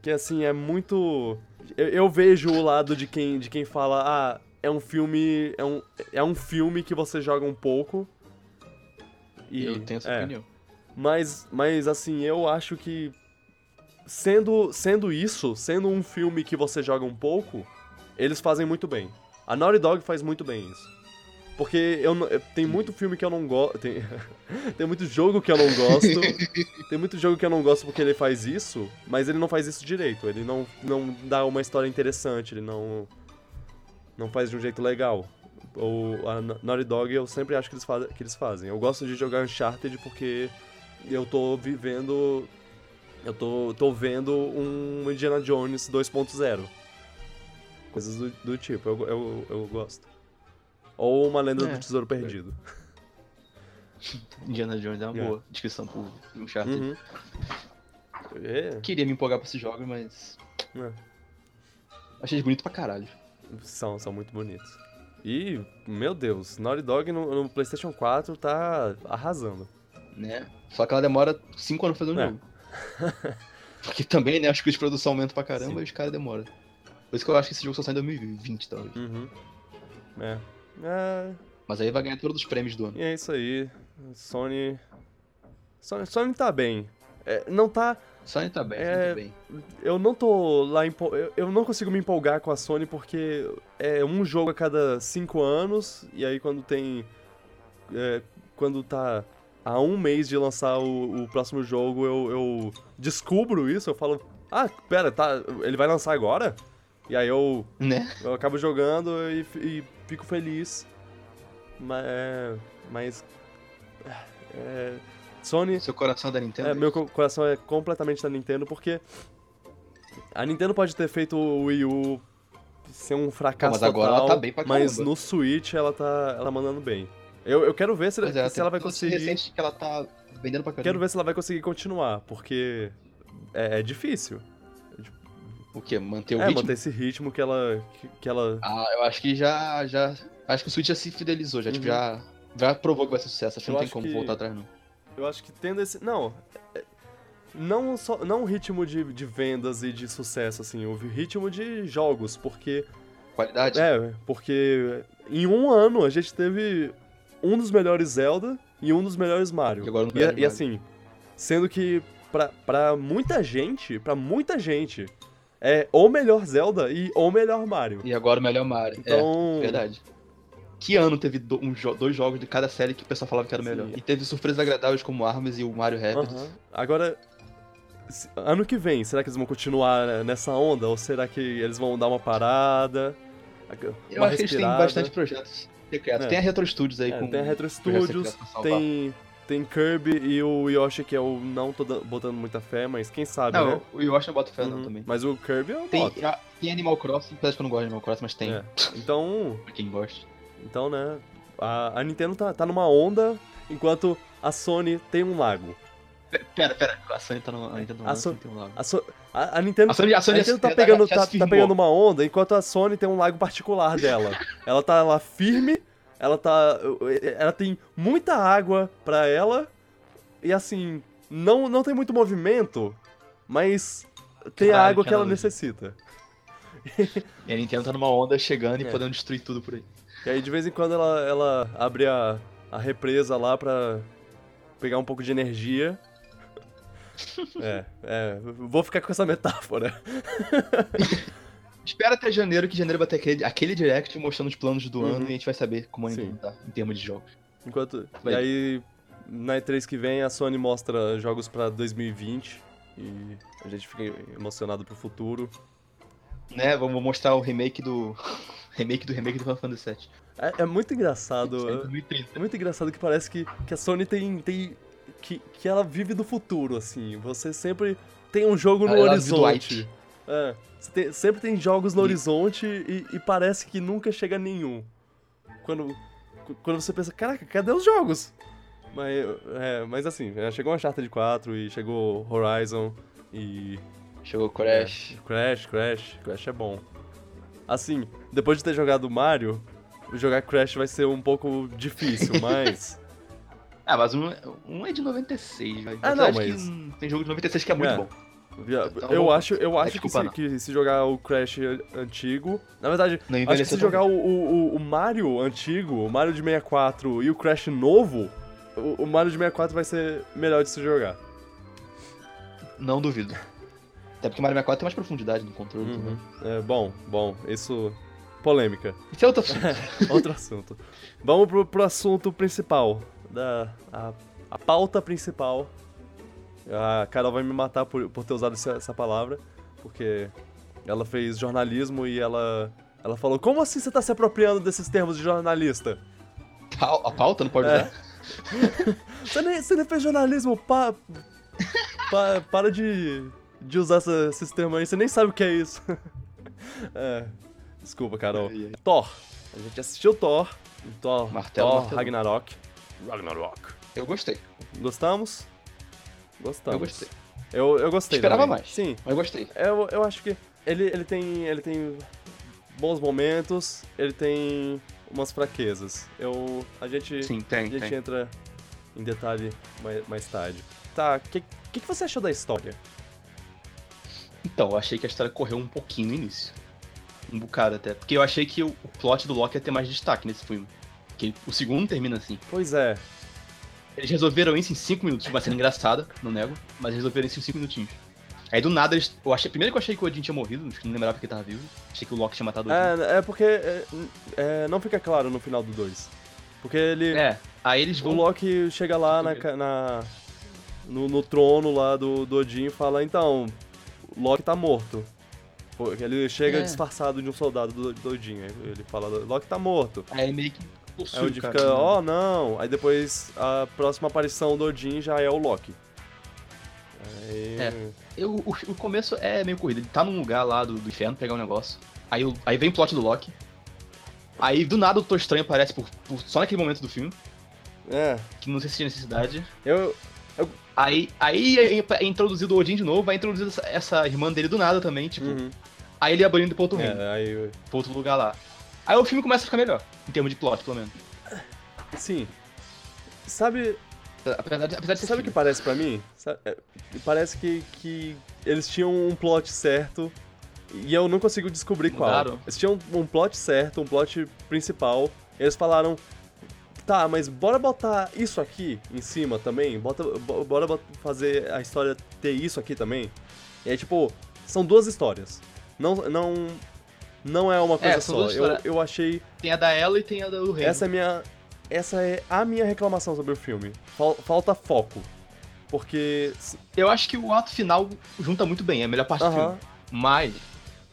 S1: que, assim, é muito... Eu, eu vejo o lado de quem, de quem fala, ah, é um filme... É um, é um filme que você joga um pouco. E,
S2: Eu tenho essa
S1: é.
S2: opinião.
S1: Mas, mas assim, eu acho que sendo, sendo isso, sendo um filme que você joga um pouco, eles fazem muito bem. A Naughty Dog faz muito bem isso. Porque eu, não- eu- tem muito filme que eu não gosto. Tem, tem muito jogo que eu não gosto. tem muito jogo que eu não gosto porque ele faz isso, mas ele não faz isso direito. Ele não, não dá uma história interessante, ele não. Não faz de um jeito legal. Ou a Na- Naughty Dog eu sempre acho que eles, fa- que eles fazem. Eu gosto de jogar Uncharted porque eu tô vivendo. Eu tô, tô vendo um Indiana Jones 2.0. Coisas do, do tipo, eu, eu, eu gosto. Ou uma lenda
S2: É.
S1: do Tesouro Perdido.
S2: Indiana Jones é uma
S1: É.
S2: boa descrição pro um chato.
S1: Uhum. É,
S2: Queria me empolgar pra esse jogo, mas.
S1: é,
S2: Achei bonito pra caralho.
S1: são, são muito bonitos. E, meu Deus, Naughty Dog no, no PlayStation 4 tá arrasando.
S2: Né? Só que ela demora 5 anos pra fazer um
S1: É.
S2: jogo. <laughs> Porque também, né? Acho que os produção aumenta pra caramba e os caras demoram. Por isso que eu acho que esse jogo só sai em 2020, talvez.
S1: Uhum. É. É,
S2: Mas aí vai ganhar todos os prêmios do ano.
S1: E é isso aí. Sony. Sony, Sony tá bem. É, não tá.
S2: Sony tá bem,
S1: É.
S2: Sony tá bem.
S1: Eu não tô lá. empo- Eu, eu não consigo me empolgar com a Sony porque é um jogo a cada cinco anos. E aí quando tem. é, quando tá a um mês de lançar o, o próximo jogo, eu, eu descubro isso. Eu falo: Ah, pera, tá, ele vai lançar agora? E aí eu
S2: Né?
S1: eu acabo jogando e, f- e fico feliz. Mas. É, mas é, Sony.
S2: Seu coração é da Nintendo.
S1: é, meu co- coração é completamente da Nintendo, porque. A Nintendo pode ter feito o Wii U ser um fracasso
S2: Pô, mas agora ela
S1: total,
S2: tá bem pra
S1: mas
S2: caramba.
S1: no Switch ela tá, ela tá mandando bem. Eu, eu quero ver se,
S2: Pois é,
S1: se ela vai
S2: tem
S1: conseguir.
S2: recente que ela tá vendendo pra caramba.
S1: Quero ver se ela vai conseguir continuar, porque é, é difícil.
S2: O quê? Manter o
S1: é,
S2: ritmo?
S1: manter esse ritmo que ela. que, que ela.
S2: Ah, eu acho que já, já... Acho que o Switch já se fidelizou, já, tipo,
S1: Uhum.
S2: já... Já provou que vai ser sucesso, acho que
S1: Eu
S2: não tem
S1: acho
S2: como
S1: que-
S2: voltar atrás, não.
S1: Eu acho que tendo esse. Não. é- Não só. Não o ritmo de, de vendas e de sucesso, assim. O ritmo de jogos, porque.
S2: Qualidade?
S1: É, porque. Em um ano a gente teve um dos melhores Zelda e um dos melhores Mario.
S2: E agora um dos
S1: e,
S2: melhores
S1: e
S2: Mario.
S1: assim. Sendo que pra, pra muita gente, pra muita gente, é ou melhor Zelda e ou melhor Mario.
S2: E agora o melhor Mario.
S1: Então.
S2: É, verdade. Que ano teve do- um jo- dois jogos de cada série que o pessoal falava que era o melhor?
S1: Sim.
S2: E teve surpresas agradáveis como Arms e o Mario Rapids.
S1: Aham. Agora, se- ano que vem, será que eles vão continuar nessa onda? Ou será que eles vão dar uma parada? Uma
S2: Eu acho que eles têm
S1: respirada?
S2: bastante projetos secretos.
S1: É.
S2: Tem a Retro Studios aí
S1: É,
S2: com...
S1: tem a Retro
S2: projetos
S1: Studios,
S2: secretos pra salvar.
S1: tem, tem Kirby e o Yoshi, que eu não tô da- botando muita fé, mas quem sabe,
S2: Não,
S1: né?
S2: o Yoshi não bota fé não
S1: Uhum.
S2: também.
S1: Mas o Kirby eu
S2: Tem,
S1: boto.
S2: a- tem Animal Crossing, apesar que eu não gosto de Animal Crossing, mas tem,
S1: É. Então,
S2: pra quem gosta.
S1: então, né, a, a Nintendo tá, tá numa onda, enquanto a Sony tem um lago.
S2: Pera, pera, a Sony tá no... A Nintendo
S1: A
S2: não
S1: Sony-
S2: tem um lado.
S1: A, So- a- a Nintendo
S2: A Sony, a Sony,
S1: a Nintendo
S2: já-
S1: tá
S2: já-
S1: pegando,
S2: já
S1: tá,
S2: se
S1: tá
S2: firmou.
S1: pegando uma onda, enquanto a Sony tem um lago particular <laughs> dela. ela tá lá firme, ela tá. Ela tem muita água pra ela. E assim, não, não tem muito movimento, mas tem a
S2: Caralho,
S1: água que
S2: que
S1: ela
S2: analogia.
S1: necessita.
S2: E a Nintendo tá numa onda chegando e
S1: É.
S2: podendo destruir tudo por aí.
S1: E aí de vez em quando ela, ela abre a, a represa lá pra pegar um pouco de <laughs> energia. É, é, vou ficar com essa metáfora.
S2: Espera até janeiro, que janeiro vai ter aquele, aquele direct mostrando os planos do
S1: Uhum.
S2: ano e a gente vai saber como a
S1: Sim.
S2: Nintendo tá em termos de jogos.
S1: Enquanto.
S2: Vai.
S1: E aí. na E3 que vem a Sony mostra jogos pra 2020 e a gente fica emocionado pro futuro.
S2: Né, vamos mostrar o remake do. <laughs> remake do remake do Final Fantasy VII.
S1: É, é muito
S2: <laughs> Isso aí,
S1: engraçado.
S2: 2030.
S1: É muito engraçado que parece que, que a Sony tem. tem que, que ela vive do futuro, assim. Você sempre tem um jogo no
S2: Ela vive do
S1: horizonte.
S2: hype.
S1: É, você tem- sempre tem jogos no
S2: E-
S1: horizonte e, e parece que nunca chega nenhum. Quando, cu- quando você pensa, caraca, cadê os jogos? Mas, é, mas assim, é, chegou Uncharted 4 e chegou Horizon e
S2: Chegou o Crash.
S1: Crash, Crash, Crash é bom. Assim, depois de ter jogado Mario, jogar Crash vai ser um pouco
S2: <laughs>
S1: difícil, mas.
S2: Ah, mas um, um é de 96, velho.
S1: Ah,
S2: Mas
S1: não,
S2: eu acho
S1: mas-
S2: que hum, tem jogo de 96 que é muito
S1: É.
S2: bom.
S1: via-
S2: Então,
S1: eu
S2: não-
S1: acho, eu
S2: é
S1: acho que,
S2: desculpa,
S1: se,
S2: não.
S1: que se jogar o Crash antigo. Na verdade, acho que
S2: Não
S1: se
S2: envelheceu tão
S1: jogar o, o- o Mario antigo, o Mario de 64 e o Crash novo, o, o Mario de 64 vai ser melhor de se jogar.
S2: bem. Não duvido. Até porque Mario 64 tem mais profundidade no controle né? também.
S1: É, bom, bom, isso. Polêmica.
S2: Isso é outro
S1: <laughs>
S2: assunto.
S1: Outro assunto. Vamos pro, pro assunto principal. Da, a, a pauta principal. A Carol vai me matar por, por ter usado essa, essa palavra, porque ela fez jornalismo e ela. Ela falou, como assim você tá se apropriando desses termos de jornalista?
S2: Pau- A pauta não pode
S1: É.
S2: usar?
S1: Você nem, você nem fez jornalismo, pa, pa- para de, de usar essa- esses termos aí, você nem sabe o que é isso. <laughs> É, desculpa, Carol.
S2: Ai, ai.
S1: Thor. A gente assistiu Thor. Thor,
S2: Martelo,
S1: Thor
S2: martelo.
S1: Ragnarok. Ragnarok.
S2: Eu gostei,
S1: Gostamos? Gostamos.
S2: eu gostei.
S1: Eu, eu gostei.
S2: Esperava
S1: também.
S2: mais.
S1: Então, Sim.
S2: Mas eu gostei.
S1: Eu, eu acho que ele, ele, tem, ele tem bons momentos, ele tem umas fraquezas. Eu, a gente,
S2: Sim,
S1: a
S2: tem,
S1: gente
S2: tem.
S1: entra em detalhe mais, mais tarde. Tá, o que, que, que você achou da história?
S2: Então, eu achei que a história correu um pouquinho no início. Um bocado até. Porque eu achei que o o plot do Loki ia ter mais destaque nesse filme. Porque ele- o segundo termina assim.
S1: Pois é,
S2: Eles resolveram isso em 5 minutos. Uma cena engraçada, não nego. Mas eles resolveram isso em 5 minutinhos. Aí do nada eles. Eu achei, primeiro que eu achei que o Odin tinha morrido, acho que não lembrava que ele tava vivo. Achei que o Loki tinha matado o Odin.
S1: é, é porque é, é, não fica claro no final do 2. Porque ele,
S2: É, aí eles
S1: O
S2: vão.
S1: Loki chega lá na, ca- na- no, no trono lá do, do Odin e fala, então, o Loki tá morto. Pô, Ele chega
S2: É.
S1: disfarçado de um soldado do, do Odin. aí Ele fala, Loki tá morto.
S2: Aí meio que.
S1: Aí o Odin fica, ó, não. Aí depois a próxima aparição do Odin já é o Loki. Aí...
S2: É. Eu, o, o começo é meio corrido. Ele tá num lugar lá do, do inferno pegar um negócio. Aí, o- aí vem o plot do Loki. Aí do nada o Tô Estranho aparece por, por- só naquele momento do filme,
S1: É,
S2: que não sei se tinha necessidade.
S1: eu...
S2: Aí, aí é, é introduzido o Odin de novo, vai introduzido essa, essa irmã dele do nada também, tipo.
S1: Uhum.
S2: Aí ele abrindo pro outro reino,
S1: É, aí...
S2: pro outro lugar lá. Aí o filme começa a ficar melhor, em termos de plot, pelo menos.
S1: Sim. Sabe,
S2: Apesar de, apesar de
S1: Você
S2: ser
S1: sabe o que
S2: filme.
S1: parece pra mim? Sa- é, Parece que, que eles tinham um plot certo e eu não consigo descobrir qual.
S2: Mudaram?
S1: Eles tinham um plot certo, um plot principal. e eles falaram, tá, mas bora botar isso aqui em cima também? Bota, bo- bora bot- fazer a história ter isso aqui também? E é tipo, são duas histórias. Não, não, não é uma coisa
S2: são
S1: só.
S2: duas
S1: Eu,
S2: histórias.
S1: eu achei
S2: Tem a da ela e tem a do reino.
S1: essa é minha. Essa é a minha reclamação sobre o filme. Fal- Falta foco. Porque. s-
S2: Eu acho que o ato final junta muito bem, é a melhor parte do
S1: Aham.
S2: filme. Mas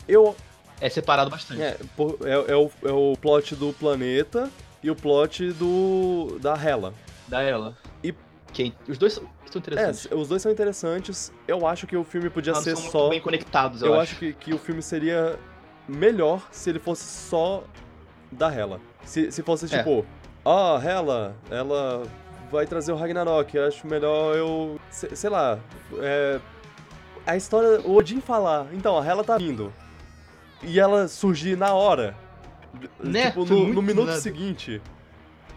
S1: Eu.
S2: é separado bastante.
S1: É, por- é, é o, é o plot do planeta e o plot do. da Hela.
S2: Da ela.
S1: E-
S2: Quem? Os dois são
S1: É,
S2: são interessantes.
S1: s- os dois são interessantes. Eu acho que o filme podia
S2: Elas
S1: ser
S2: são
S1: só.
S2: muito bem conectados, eu,
S1: Eu
S2: acho.
S1: acho que, que o filme seria melhor se ele fosse só da Hela. Se, se fosse
S2: É.
S1: tipo, ah, Hela, ela vai trazer o Ragnarok, eu acho melhor eu. se- sei lá. é, a história. O Odin falar, então, a Hela tá vindo. E ela surgir na hora.
S2: Né?
S1: Tipo,
S2: Foi
S1: no,
S2: muito
S1: no
S2: do
S1: minuto
S2: nada.
S1: seguinte.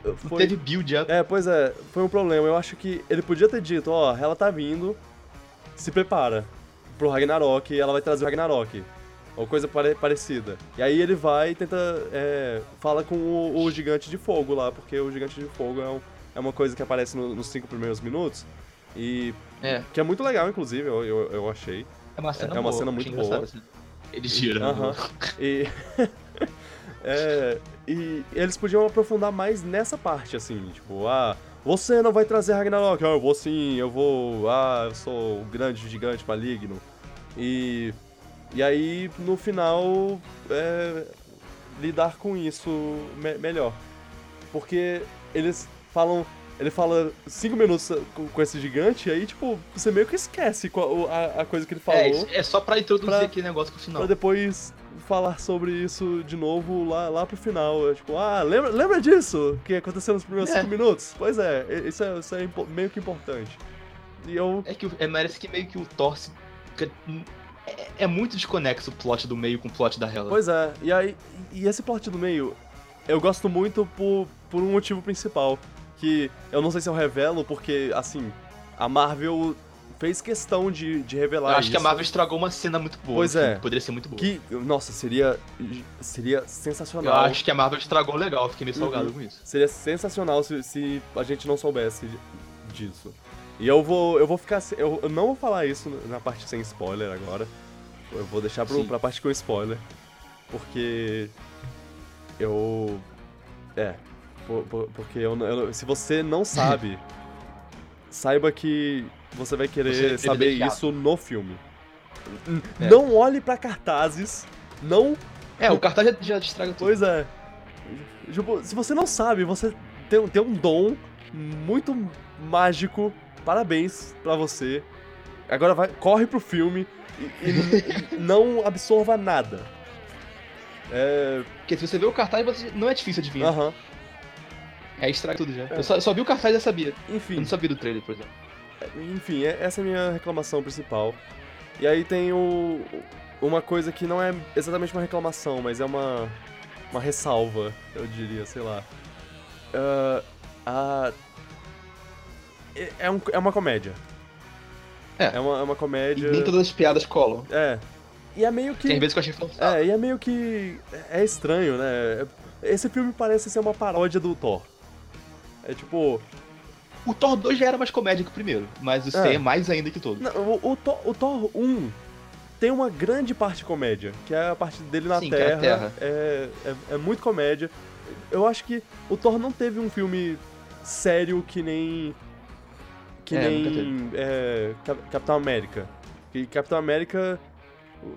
S2: Não
S1: Foi-
S2: Teve build up.
S1: é, pois é, foi um problema. Eu acho que ele podia ter dito, ó, ela tá vindo, se prepara pro Ragnarok, ela vai trazer o Ragnarok. Ou coisa pare- parecida. E aí ele vai e tenta. é, fala com o, o gigante de fogo lá, porque o gigante de fogo é, um- é uma coisa que aparece no- nos cinco primeiros minutos. E.
S2: É.
S1: Que é muito legal, inclusive, eu, eu, eu achei.
S2: É uma cena,
S1: é uma
S2: boa,
S1: cena
S2: achei
S1: muito
S2: engraçado assim.
S1: boa.
S2: essa- Ele gira.
S1: Aham. E. <laughs> é, e eles podiam aprofundar mais nessa parte, assim, tipo, ah, Você não vai trazer Ragnarok. Ah, eu vou sim, eu vou. Ah, eu sou o grande gigante maligno. E. E aí, no final, é, lidar com isso me- melhor. Porque eles falam. Ele fala cinco minutos com, com esse gigante, e aí, tipo, você meio que esquece qual- a, a coisa que ele falou.
S2: <laughs> É, isso- é só pra introduzir
S1: Pra-
S2: aquele negócio pro final.
S1: Pra depois falar sobre isso de novo lá, lá pro final. É tipo, ah, lembra, lembra disso que aconteceu nos primeiros
S2: É.
S1: cinco minutos? Pois é, e- isso é, isso é impo- meio que importante. E eu.
S2: É que o- é, parece que meio que o Thor se... fica- é, é muito desconexo o plot do meio com o plot da Hela.
S1: Pois é, e aí. E esse plot do meio, eu gosto muito por, por um motivo principal. Que eu não sei se eu revelo, porque, assim, a Marvel fez questão de, de
S2: Eu
S1: revelar
S2: acho que a
S1: isso.
S2: Marvel estragou uma cena muito boa.
S1: Pois
S2: no filme,
S1: é.
S2: que Poderia ser muito boa.
S1: Que, nossa, seria. Seria
S2: Eu
S1: sensacional.
S2: acho que a Marvel estragou legal, eu fiquei meio salgado
S1: Uhum.
S2: com isso.
S1: Seria sensacional se, se a gente não soubesse di- disso. E eu vou, eu vou ficar. se- Eu, eu não vou falar isso na parte sem spoiler agora. Eu vou deixar pro,
S2: Sim.
S1: pra parte com spoiler. Porque. Eu. É. por- por- porque eu, não- eu não- se você
S2: <laughs>
S1: não sabe, saiba que você vai querer
S2: Você vai querer
S1: saber
S2: deixar.
S1: isso no filme. N-
S2: É.
S1: Não olhe pra cartazes. Não
S2: É, o cartaz já, já estraga tudo.
S1: Pois é. Tipo, se você não sabe, você tem, tem um dom muito mágico. Parabéns pra você. Agora vai, corre pro filme e, e não absorva nada. É.
S2: Porque se você vê o cartaz, você... não é difícil adivinhar.
S1: Aham.
S2: Aí estraga tudo já.
S1: É.
S2: Eu só, só vi o cartaz e já sabia. Eu
S1: Enfim,
S2: não sabia do trailer, por exemplo.
S1: enfim, é- essa é a minha reclamação principal. E aí tem o, uma coisa que não é exatamente uma reclamação, mas é uma, uma ressalva, eu diria, sei lá. Ah, a- é- é, um- é uma comédia.
S2: É.
S1: É uma, é uma
S2: E
S1: comédia.
S2: nem todas as piadas colam.
S1: É. E é meio que.
S2: Tem vezes que Ah, eu achei forçado.
S1: É, e é meio que. É estranho, né? É- Esse filme parece ser uma paródia do Thor. É tipo.
S2: O Thor 2 já era mais comédia que o primeiro, mas o C é,
S1: É.
S2: mais ainda que todo.
S1: Não, o, o Thor, o Thor 1 tem uma grande parte comédia, que é a parte dele na
S2: Sim, que é
S1: Terra.
S2: a Terra.
S1: É, é, é muito comédia. Eu acho que o Thor não teve um filme sério que nem. Que
S2: É, nunca
S1: nem. é, Cap- Capitão América. E Capitão América.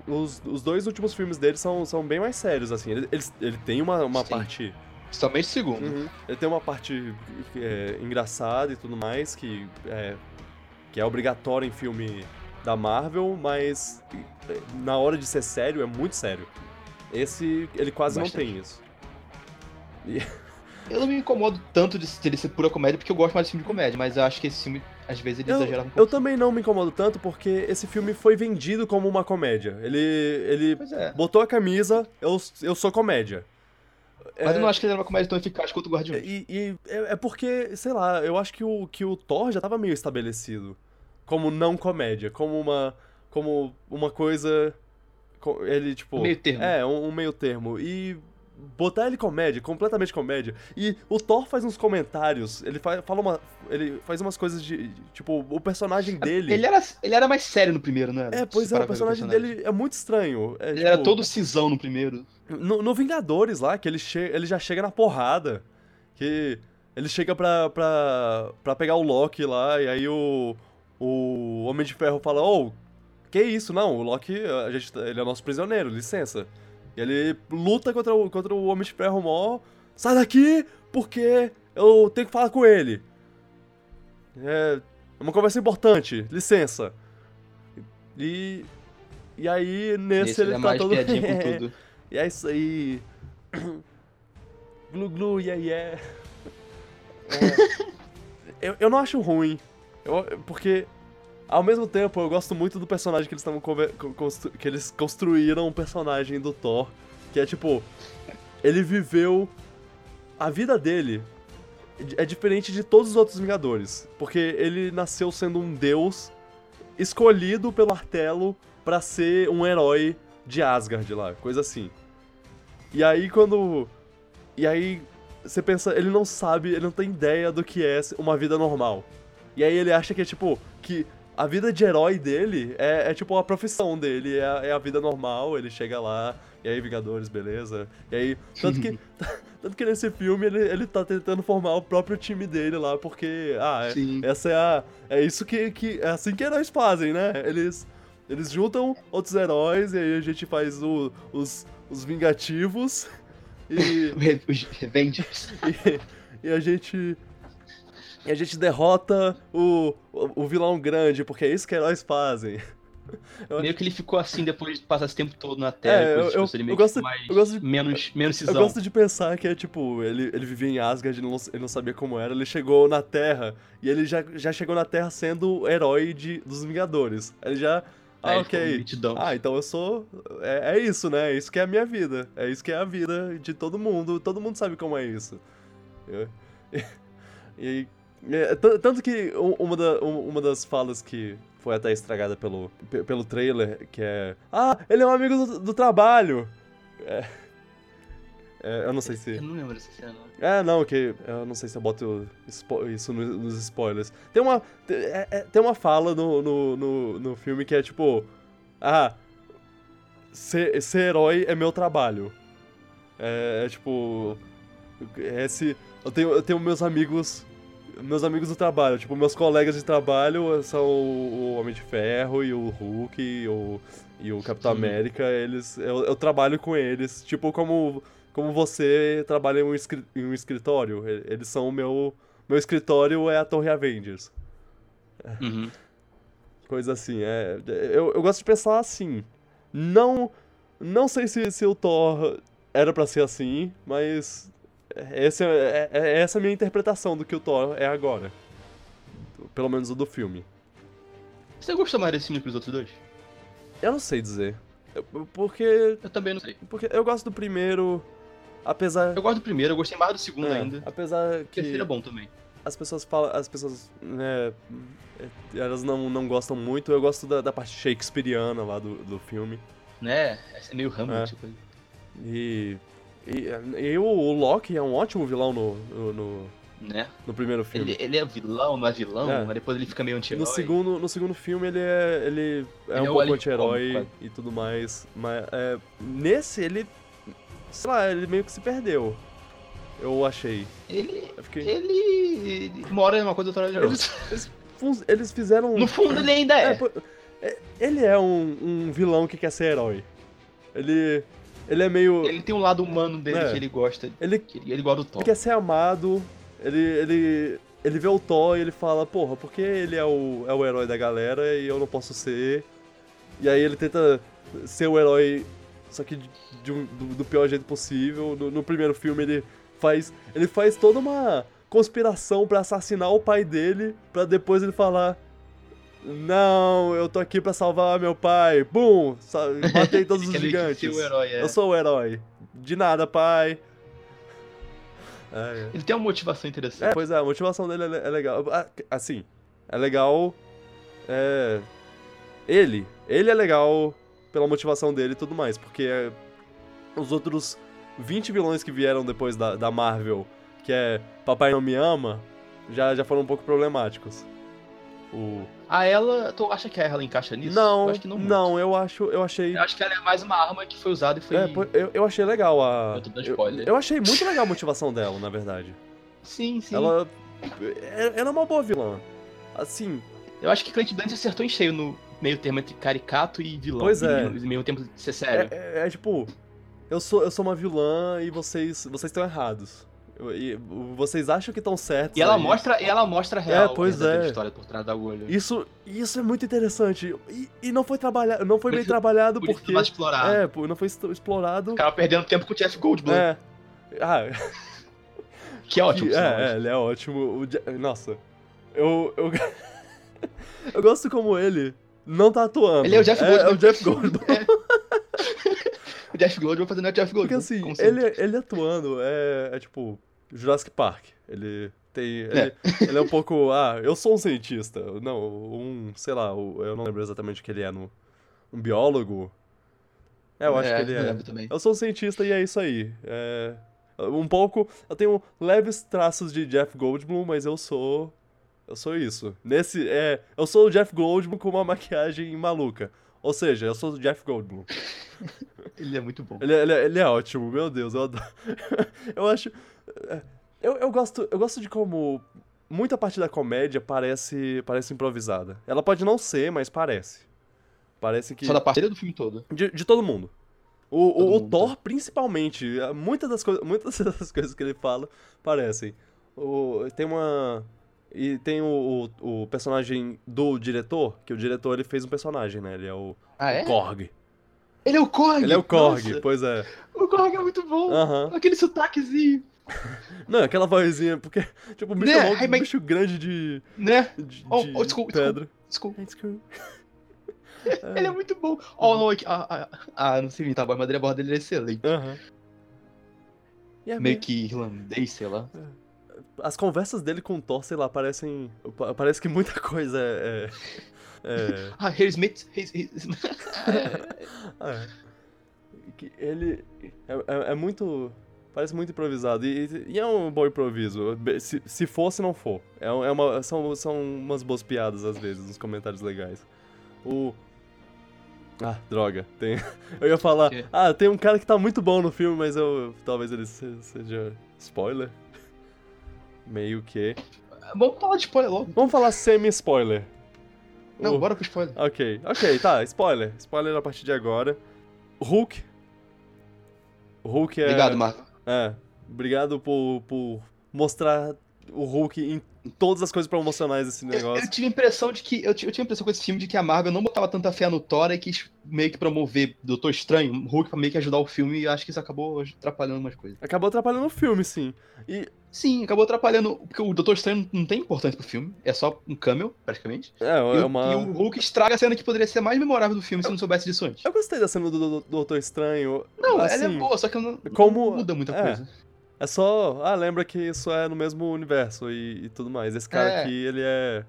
S1: Os, os dois últimos filmes dele são, são bem mais sérios, assim. Ele, ele, ele tem uma, uma
S2: Sim.
S1: parte.
S2: Somente o segundo.
S1: Ele tem uma parte é, engraçada e tudo mais, que é, que é obrigatória em filme da Marvel, mas é, na hora de ser sério, é muito sério. Esse, ele quase
S2: Bastante.
S1: não tem isso.
S2: Eu não me incomodo tanto de, de ele ser pura comédia, porque eu gosto mais de filme de comédia, mas eu acho que esse filme, às vezes, ele
S1: Eu,
S2: exagerava um
S1: eu
S2: pouco.
S1: também não me incomodo tanto porque esse filme foi vendido como uma comédia. Ele, ele
S2: Pois é.
S1: botou a camisa, eu, eu sou comédia.
S2: Mas
S1: É-
S2: eu não acho que ele era uma comédia tão eficaz quanto o Guardiões.
S1: E, e é é porque, sei lá, eu acho que o, que o Thor já tava meio estabelecido como não comédia, como uma, como uma coisa. co- Ele, tipo.
S2: Meio termo.
S1: É, um, um meio termo. E botar ele comédia, completamente comédia. E o Thor faz uns comentários, ele fa- fala uma. Ele faz umas coisas de. de- Tipo, o personagem dele.
S2: É, Ele era, ele era mais sério no primeiro, não era?
S1: É, pois
S2: Se
S1: é,
S2: parar
S1: o
S2: pra ver
S1: personagem dele é muito estranho. é,
S2: Ele
S1: tipo,
S2: era todo cisão no primeiro.
S1: no, no Vingadores lá, que ele, che ele já chega na porrada. Que ele chega pra, pra, pra pegar o Loki lá, e aí o, o Homem de Ferro fala: Ô, que isso? Não, o Loki, a gente, tá- ele é nosso prisioneiro, licença. E ele luta contra o, contra o Homem de Ferro mó. Sai daqui, porque eu tenho que falar com ele. É uma conversa importante, licença. E. E aí, nesse,
S2: Esse
S1: ele,
S2: ele é
S1: tá
S2: mais
S1: todo.
S2: piadinha com tudo.
S1: E <laughs> é isso aí. <clears throat> glu glu, yeah yeah. É, eu, eu não acho ruim. Eu- porque, ao mesmo tempo, eu gosto muito do personagem que eles estavam conver- co- constru- que eles construíram um personagem do Thor. Que é tipo. Ele viveu. A vida dele é diferente de todos os outros Vingadores. Porque ele nasceu sendo um deus escolhido pelo martelo pra ser um herói de Asgard lá, coisa assim. E aí quando. E aí você pensa, ele não sabe, ele não tem ideia do que é uma vida normal. E aí ele acha que é tipo, que a vida de herói dele é, é tipo a profissão dele, é a, é a vida normal, ele chega lá, e aí Vingadores, beleza? E aí, tanto que, tanto que nesse filme ele, ele tá tentando formar o próprio time dele lá, porque, ah, é-
S2: Sim.
S1: essa é a. É isso que, que. É assim que heróis fazem, né? Eles, eles juntam outros heróis, e aí a gente faz o- os, os vingativos, e.
S2: Re- Os Revengers.
S1: E, e a gente. E a gente derrota o, o, o vilão grande, porque é isso que heróis fazem.
S2: Meio que ele ficou assim depois de passar esse tempo todo na Terra.
S1: É,
S2: e coisas
S1: eu-
S2: tipo isso, ele
S1: eu
S2: meio
S1: gosto-
S2: que mais,
S1: eu gosto de-
S2: menos, menos cisão.
S1: Eu gosto de pensar que é tipo, ele, ele vivia em Asgard, ele não, ele não sabia como era, ele chegou na Terra, e ele já, já chegou na Terra sendo o herói de, dos Vingadores. Ele já. Ah,
S2: Aí É, ele ficou
S1: ok.
S2: metidão.
S1: Ah, então eu sou. É, é isso, né? É isso que é a minha vida. É isso que é a vida de todo mundo. Todo mundo sabe como é isso. Eu- <laughs> e, é, t- tanto que u- uma, da- u- uma das falas que foi até estragada pelo, pe- pelo trailer, que é. Ah, ele é um amigo do, do trabalho! É. É, eu não sei se.
S2: Eu não lembro dessa cena. não.
S1: É, não, que eu não sei se eu boto spo- isso no- nos spoilers. Tem uma, te- é- é- tem uma fala no, no, no, no filme que é tipo: Ah, ser, ser herói é meu trabalho. É, é tipo. Esse, eu, tenho, eu tenho meus amigos. Meus amigos do trabalho, tipo, meus colegas de trabalho são o o Homem de Ferro e o Hulk e o, e o Capitão
S2: Sim.
S1: América, eles. Eu, eu trabalho com eles. Tipo, como como você trabalha em um, escri- em um escritório. E- Eles são o meu. Meu escritório é a Torre Avengers. É.
S2: Uhum.
S1: Coisa assim, é. Eu, eu gosto de pensar assim. Não. Não sei se, se o Thor era pra ser assim, mas. Essa é, é- é essa a minha interpretação do que o Thor é agora. Pelo menos o do filme.
S2: Você gostou mais desse filme que os outros dois?
S1: Eu não sei dizer. Eu- Porque.
S2: Eu também não sei.
S1: Porque eu gosto do primeiro. Apesar.
S2: Eu gosto do primeiro, eu gostei mais do segundo
S1: é,
S2: ainda.
S1: apesar
S2: O
S1: que.
S2: terceiro é bom também.
S1: as pessoas falam, as pessoas, né, elas não, não gostam muito. Eu gosto da, da parte shakespeariana lá do, do filme.
S2: Né? É meio Hamlet,
S1: É.
S2: tipo.
S1: E, e, e o, o Loki é um ótimo vilão no, no, no-
S2: Né?
S1: no primeiro filme.
S2: Ele, ele é vilão, não é vilão,
S1: É.
S2: mas depois ele fica meio anti-herói.
S1: No segundo, no segundo filme ele é, ele é
S2: Ele é
S1: um
S2: o
S1: pouco
S2: alívio
S1: anti-herói
S2: cômico,
S1: e tudo mais, mas é, nesse ele, sei lá, ele meio que se perdeu. Eu achei. É
S2: Ele,
S1: Eu fiquei,
S2: ele, ele mora numa coisa outra de outra.
S1: <laughs> eles, eles, fun- eles fizeram um
S2: No fundo ele ainda
S1: É,
S2: é.
S1: pô, é, ele é um, um vilão que quer ser herói. Ele. Ele é meio. Ele,
S2: Ele tem um lado humano dele
S1: É.
S2: que ele gosta. Que ele, ele gosta do Thor.
S1: quer ser amado. Ele. ele. Ele vê o Thor e ele fala, porra, porque ele é o, é o herói da galera e eu não posso ser. E aí ele tenta ser o herói, só que de- de um- do, do pior jeito possível. No, no primeiro filme ele faz. Ele faz toda uma conspiração pra assassinar o pai dele, pra depois ele falar. Não, eu tô aqui pra salvar meu pai. Bum!
S2: <laughs>
S1: sa- Matei todos os
S2: Ele quer meio que
S1: gigantes.
S2: ser o herói, é.
S1: Eu sou o herói. De nada, pai. É,
S2: Ele tem uma motivação
S1: é. É,
S2: interessante.
S1: pois é, a motivação dele é, le- é legal. Ah, Assim, é legal. É. Ele. Ele é legal pela motivação dele e tudo mais, porque é, os outros 20 vilões que vieram depois da, da Marvel, que é Papai Não Me Ama, já, já foram um pouco problemáticos. O...
S2: A ela, tu acha que a ela encaixa nisso?
S1: Não,
S2: eu acho que não. muito.
S1: eu acho, eu achei
S2: Eu acho que ela é mais uma arma que foi usada e foi.
S1: É, pô, eu, eu achei legal a.
S2: Eu tô dando spoiler.
S1: eu achei muito legal a motivação dela, na verdade.
S2: Sim, sim.
S1: Ela. é- Ela é uma boa vilã. Assim,
S2: Eu acho que Clint Dante acertou em cheio no meio termo entre caricato e vilão.
S1: Pois é.
S2: E, no mesmo tempo de ser
S1: é,
S2: sério.
S1: é- é tipo. Eu sou, eu sou uma vilã e vocês vocês estão errados. Eu- e vocês acham que estão certos.
S2: e ela
S1: aí.
S2: mostra, e ela mostra a real
S1: pois
S2: a verdadeira
S1: é.
S2: história por trás da agulha.
S1: Isso, isso é muito interessante. E, e não foi trabalhado. Não foi bem
S2: Muito-
S1: trabalhado
S2: Por isso
S1: porque.
S2: que vai explorar.
S1: É, pô, não foi esto- explorado.
S2: O cara perdendo tempo com o Jeff Goldblum,
S1: É. Ah,
S2: que é ótimo.
S1: Que-
S2: por sinal.
S1: é, é, ele é ótimo. O Ja- Nossa, eu. Eu, <laughs> eu gosto como ele não tá atuando.
S2: Ele é o Jeff
S1: é,
S2: Goldblum.
S1: É o Jeff
S2: <laughs>
S1: Goldblum.
S2: É. O Jeff Goldblum fazendo o Jeff Goldblum.
S1: Porque assim,
S2: como sempre.
S1: ele, ele atuando é, é tipo Jurassic Park. Ele tem. Ele
S2: <laughs>
S1: ele é. um pouco. Ah, eu sou um cientista. Não, um. Sei lá, o- eu não lembro exatamente o que ele é. No, um biólogo. É, eu acho que ele
S2: não
S1: é.
S2: lembro também.
S1: Eu sou um cientista e é isso aí. É, um pouco. Eu tenho leves traços de Jeff Goldblum, mas eu sou Eu sou isso. Nesse, é, eu sou o Jeff Goldblum com uma maquiagem maluca. Ou seja, eu sou o Jeff Goldblum.
S2: Ele é muito bom.
S1: Ele, é- ele, é- ele é ótimo, meu Deus, eu adoro. <laughs> eu acho. é, Eu, eu, gosto, eu gosto de como muita parte da comédia parece, parece improvisada. Ela pode não ser, mas parece. Parece que.
S2: Só da parceira do filme todo.
S1: De, de todo mundo. O,
S2: Todo
S1: o, o
S2: mundo.
S1: Thor, principalmente. é, Muitas das, coi- muitas <laughs> das coisas que ele fala parecem. O, tem uma. E tem o, o, o personagem do diretor, que o diretor ele fez um personagem, né? Ele é o
S2: Ah, é?
S1: Korg.
S2: Ele é o Korg!
S1: Ele é o Korg,
S2: Nossa,
S1: pois é.
S2: o Korg é muito bom.
S1: Aham.
S2: Aquele sotaquezinho,
S1: Não, aquela vozinha, porque, <laughs> tipo, o bicho
S2: Né,
S1: é logo um
S2: ai, mas-
S1: bicho grande de,
S2: né?
S1: de,
S2: Oh,
S1: de
S2: oh, desculpa, <laughs>
S1: pedra.
S2: Desculpa.
S1: <laughs> É.
S2: Ele é muito bom. Ó, oh, não, aqui- ah, ah, ah, não sei imitar a voz, mas a voz dele é excelente.
S1: Aham. E é
S2: Meio que irlandês, sei lá.
S1: As conversas dele com o Thor, sei lá, parecem... pa- Parece que muita coisa é... é-
S2: Ah, Harry Smith. Harry Smith.
S1: é, é. Que ele... É, é- é muito... Parece muito improvisado. E, e- e é um bom improviso. Be- Se, se for, se não for. É, um- é uma, são, são umas boas piadas, às vezes, nos comentários legais. O... Ah, droga. Tem... <laughs> Eu ia falar...
S2: Quê?
S1: Ah, tem um cara que tá muito bom no filme, mas eu... Talvez ele se- seja... Spoiler? <laughs> Meio que...
S2: Vamos falar de spoiler logo.
S1: Vamos falar semi-spoiler.
S2: Não,
S1: O-
S2: bora pro spoiler.
S1: Ok, ok, tá, spoiler. Spoiler a partir de agora. Hulk. O Hulk é.
S2: Obrigado, Marco.
S1: É, obrigado por, por mostrar o Hulk em todas as coisas promocionais desse
S2: Eu, <laughs>
S1: negócio.
S2: eu tive a impressão de que. Eu, ti- eu tive a impressão com esse filme de que a Marvel não botava tanta fé no Thor e quis meio que promover Doutor Estranho, Hulk pra meio que ajudar o filme e acho que isso acabou atrapalhando umas coisas.
S1: Acabou atrapalhando o filme, sim.
S2: Sim, acabou atrapalhando. Porque o Doutor Estranho não tem importância pro filme, é só um camel, praticamente.
S1: É,
S2: e,
S1: é
S2: o-
S1: uma.
S2: e o Hulk estraga a cena que poderia ser a mais memorável do filme se não soubesse disso antes.
S1: Eu gostei da cena do do- do Doutor Estranho.
S2: Não,
S1: assim,
S2: ela é boa, só que não, não
S1: como-
S2: muda muita
S1: é.
S2: coisa.
S1: É só. Ah, lembra que isso é no mesmo universo e, e tudo mais. Esse cara
S2: É.
S1: aqui, ele é.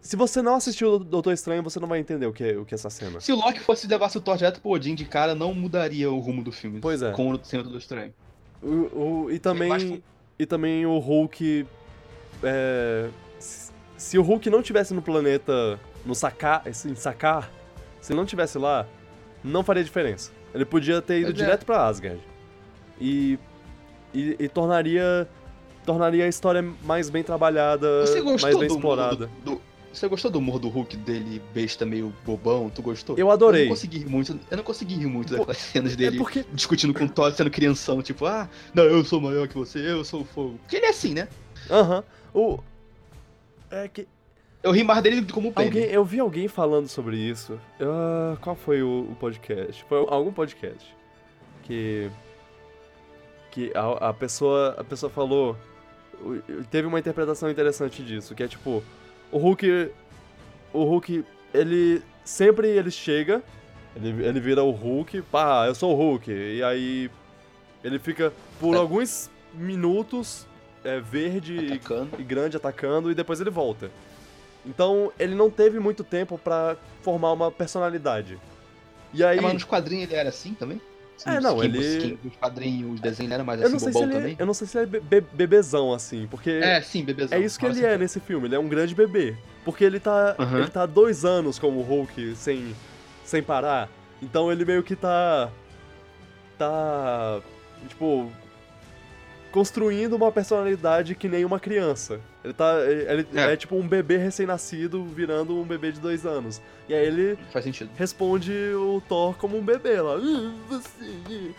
S1: Se você não assistiu o Doutor Estranho, você não vai entender o que é, o que é essa cena.
S2: Se o Loki fosse levasse o Thor direto pro Odin de cara, não mudaria o rumo do filme.
S1: Pois é.
S2: Com o cena do Doutor Estranho.
S1: O- o- e
S2: Eu acho
S1: também.
S2: que-
S1: E também o Hulk. é, se se o Hulk não tivesse no planeta. No sacar. Em sacar. Se ele não tivesse lá, não faria diferença. Ele podia ter ido
S2: Pois é.
S1: direto pra Asgard. E. E, e tornaria. Tornaria a história mais bem trabalhada,
S2: Você
S1: Ah, mais
S2: gostou
S1: bem
S2: do humor
S1: explorada.
S2: do, do- Você gostou do humor do Hulk dele, besta meio bobão? Tu gostou?
S1: Eu adorei.
S2: não consegui rir muito, eu não consegui rir muito
S1: Pô,
S2: daquelas <laughs> cenas
S1: É
S2: dele
S1: porque
S2: discutindo com o Thor, sendo crianção, tipo, ah, não, eu sou maior que você, eu sou o fogo. Porque ele é assim, né?
S1: Aham. O. É que.
S2: Eu ri mais dele como o
S1: Alguém,
S2: Penny.
S1: eu vi alguém falando sobre isso. Ah, qual foi o, o podcast? Foi algum podcast. Que. Que a, a pessoa. A pessoa falou. o- Teve uma interpretação interessante disso, que é tipo. O Hulk. O Hulk, ele. Sempre ele chega. Ele, ele vira o Hulk. Pá, eu sou o Hulk. E aí. Ele fica por
S2: É.
S1: alguns minutos. É verde e
S2: tá Atacando.
S1: e grande atacando e depois ele volta. Então ele não teve muito tempo pra formar uma personalidade. E aí,
S2: É, mas nos quadrinhos ele era assim também? Assim,
S1: É,
S2: os
S1: não,
S2: quadrinhos-
S1: ele-
S2: Os quadrinhos, os desenhos ele era mais
S1: eu
S2: assim,
S1: não sei se
S2: bobão
S1: ele,
S2: também?
S1: eu não sei se ele é be- be- bebezão assim, porque é,
S2: É, sim, bebezão.
S1: isso que
S2: Fala
S1: ele
S2: assim.
S1: é nesse filme. Ele é um grande bebê, porque ele tá
S2: Aham.
S1: ele tá há dois anos como Hulk sem sem parar. Então ele meio que tá tá tipo construindo uma personalidade que nem uma criança. Ele tá ele
S2: É.
S1: é tipo um bebê recém-nascido virando um bebê de dois anos. E aí ele
S2: Faz sentido.
S1: responde o Thor como um bebê lá. "Ah, você".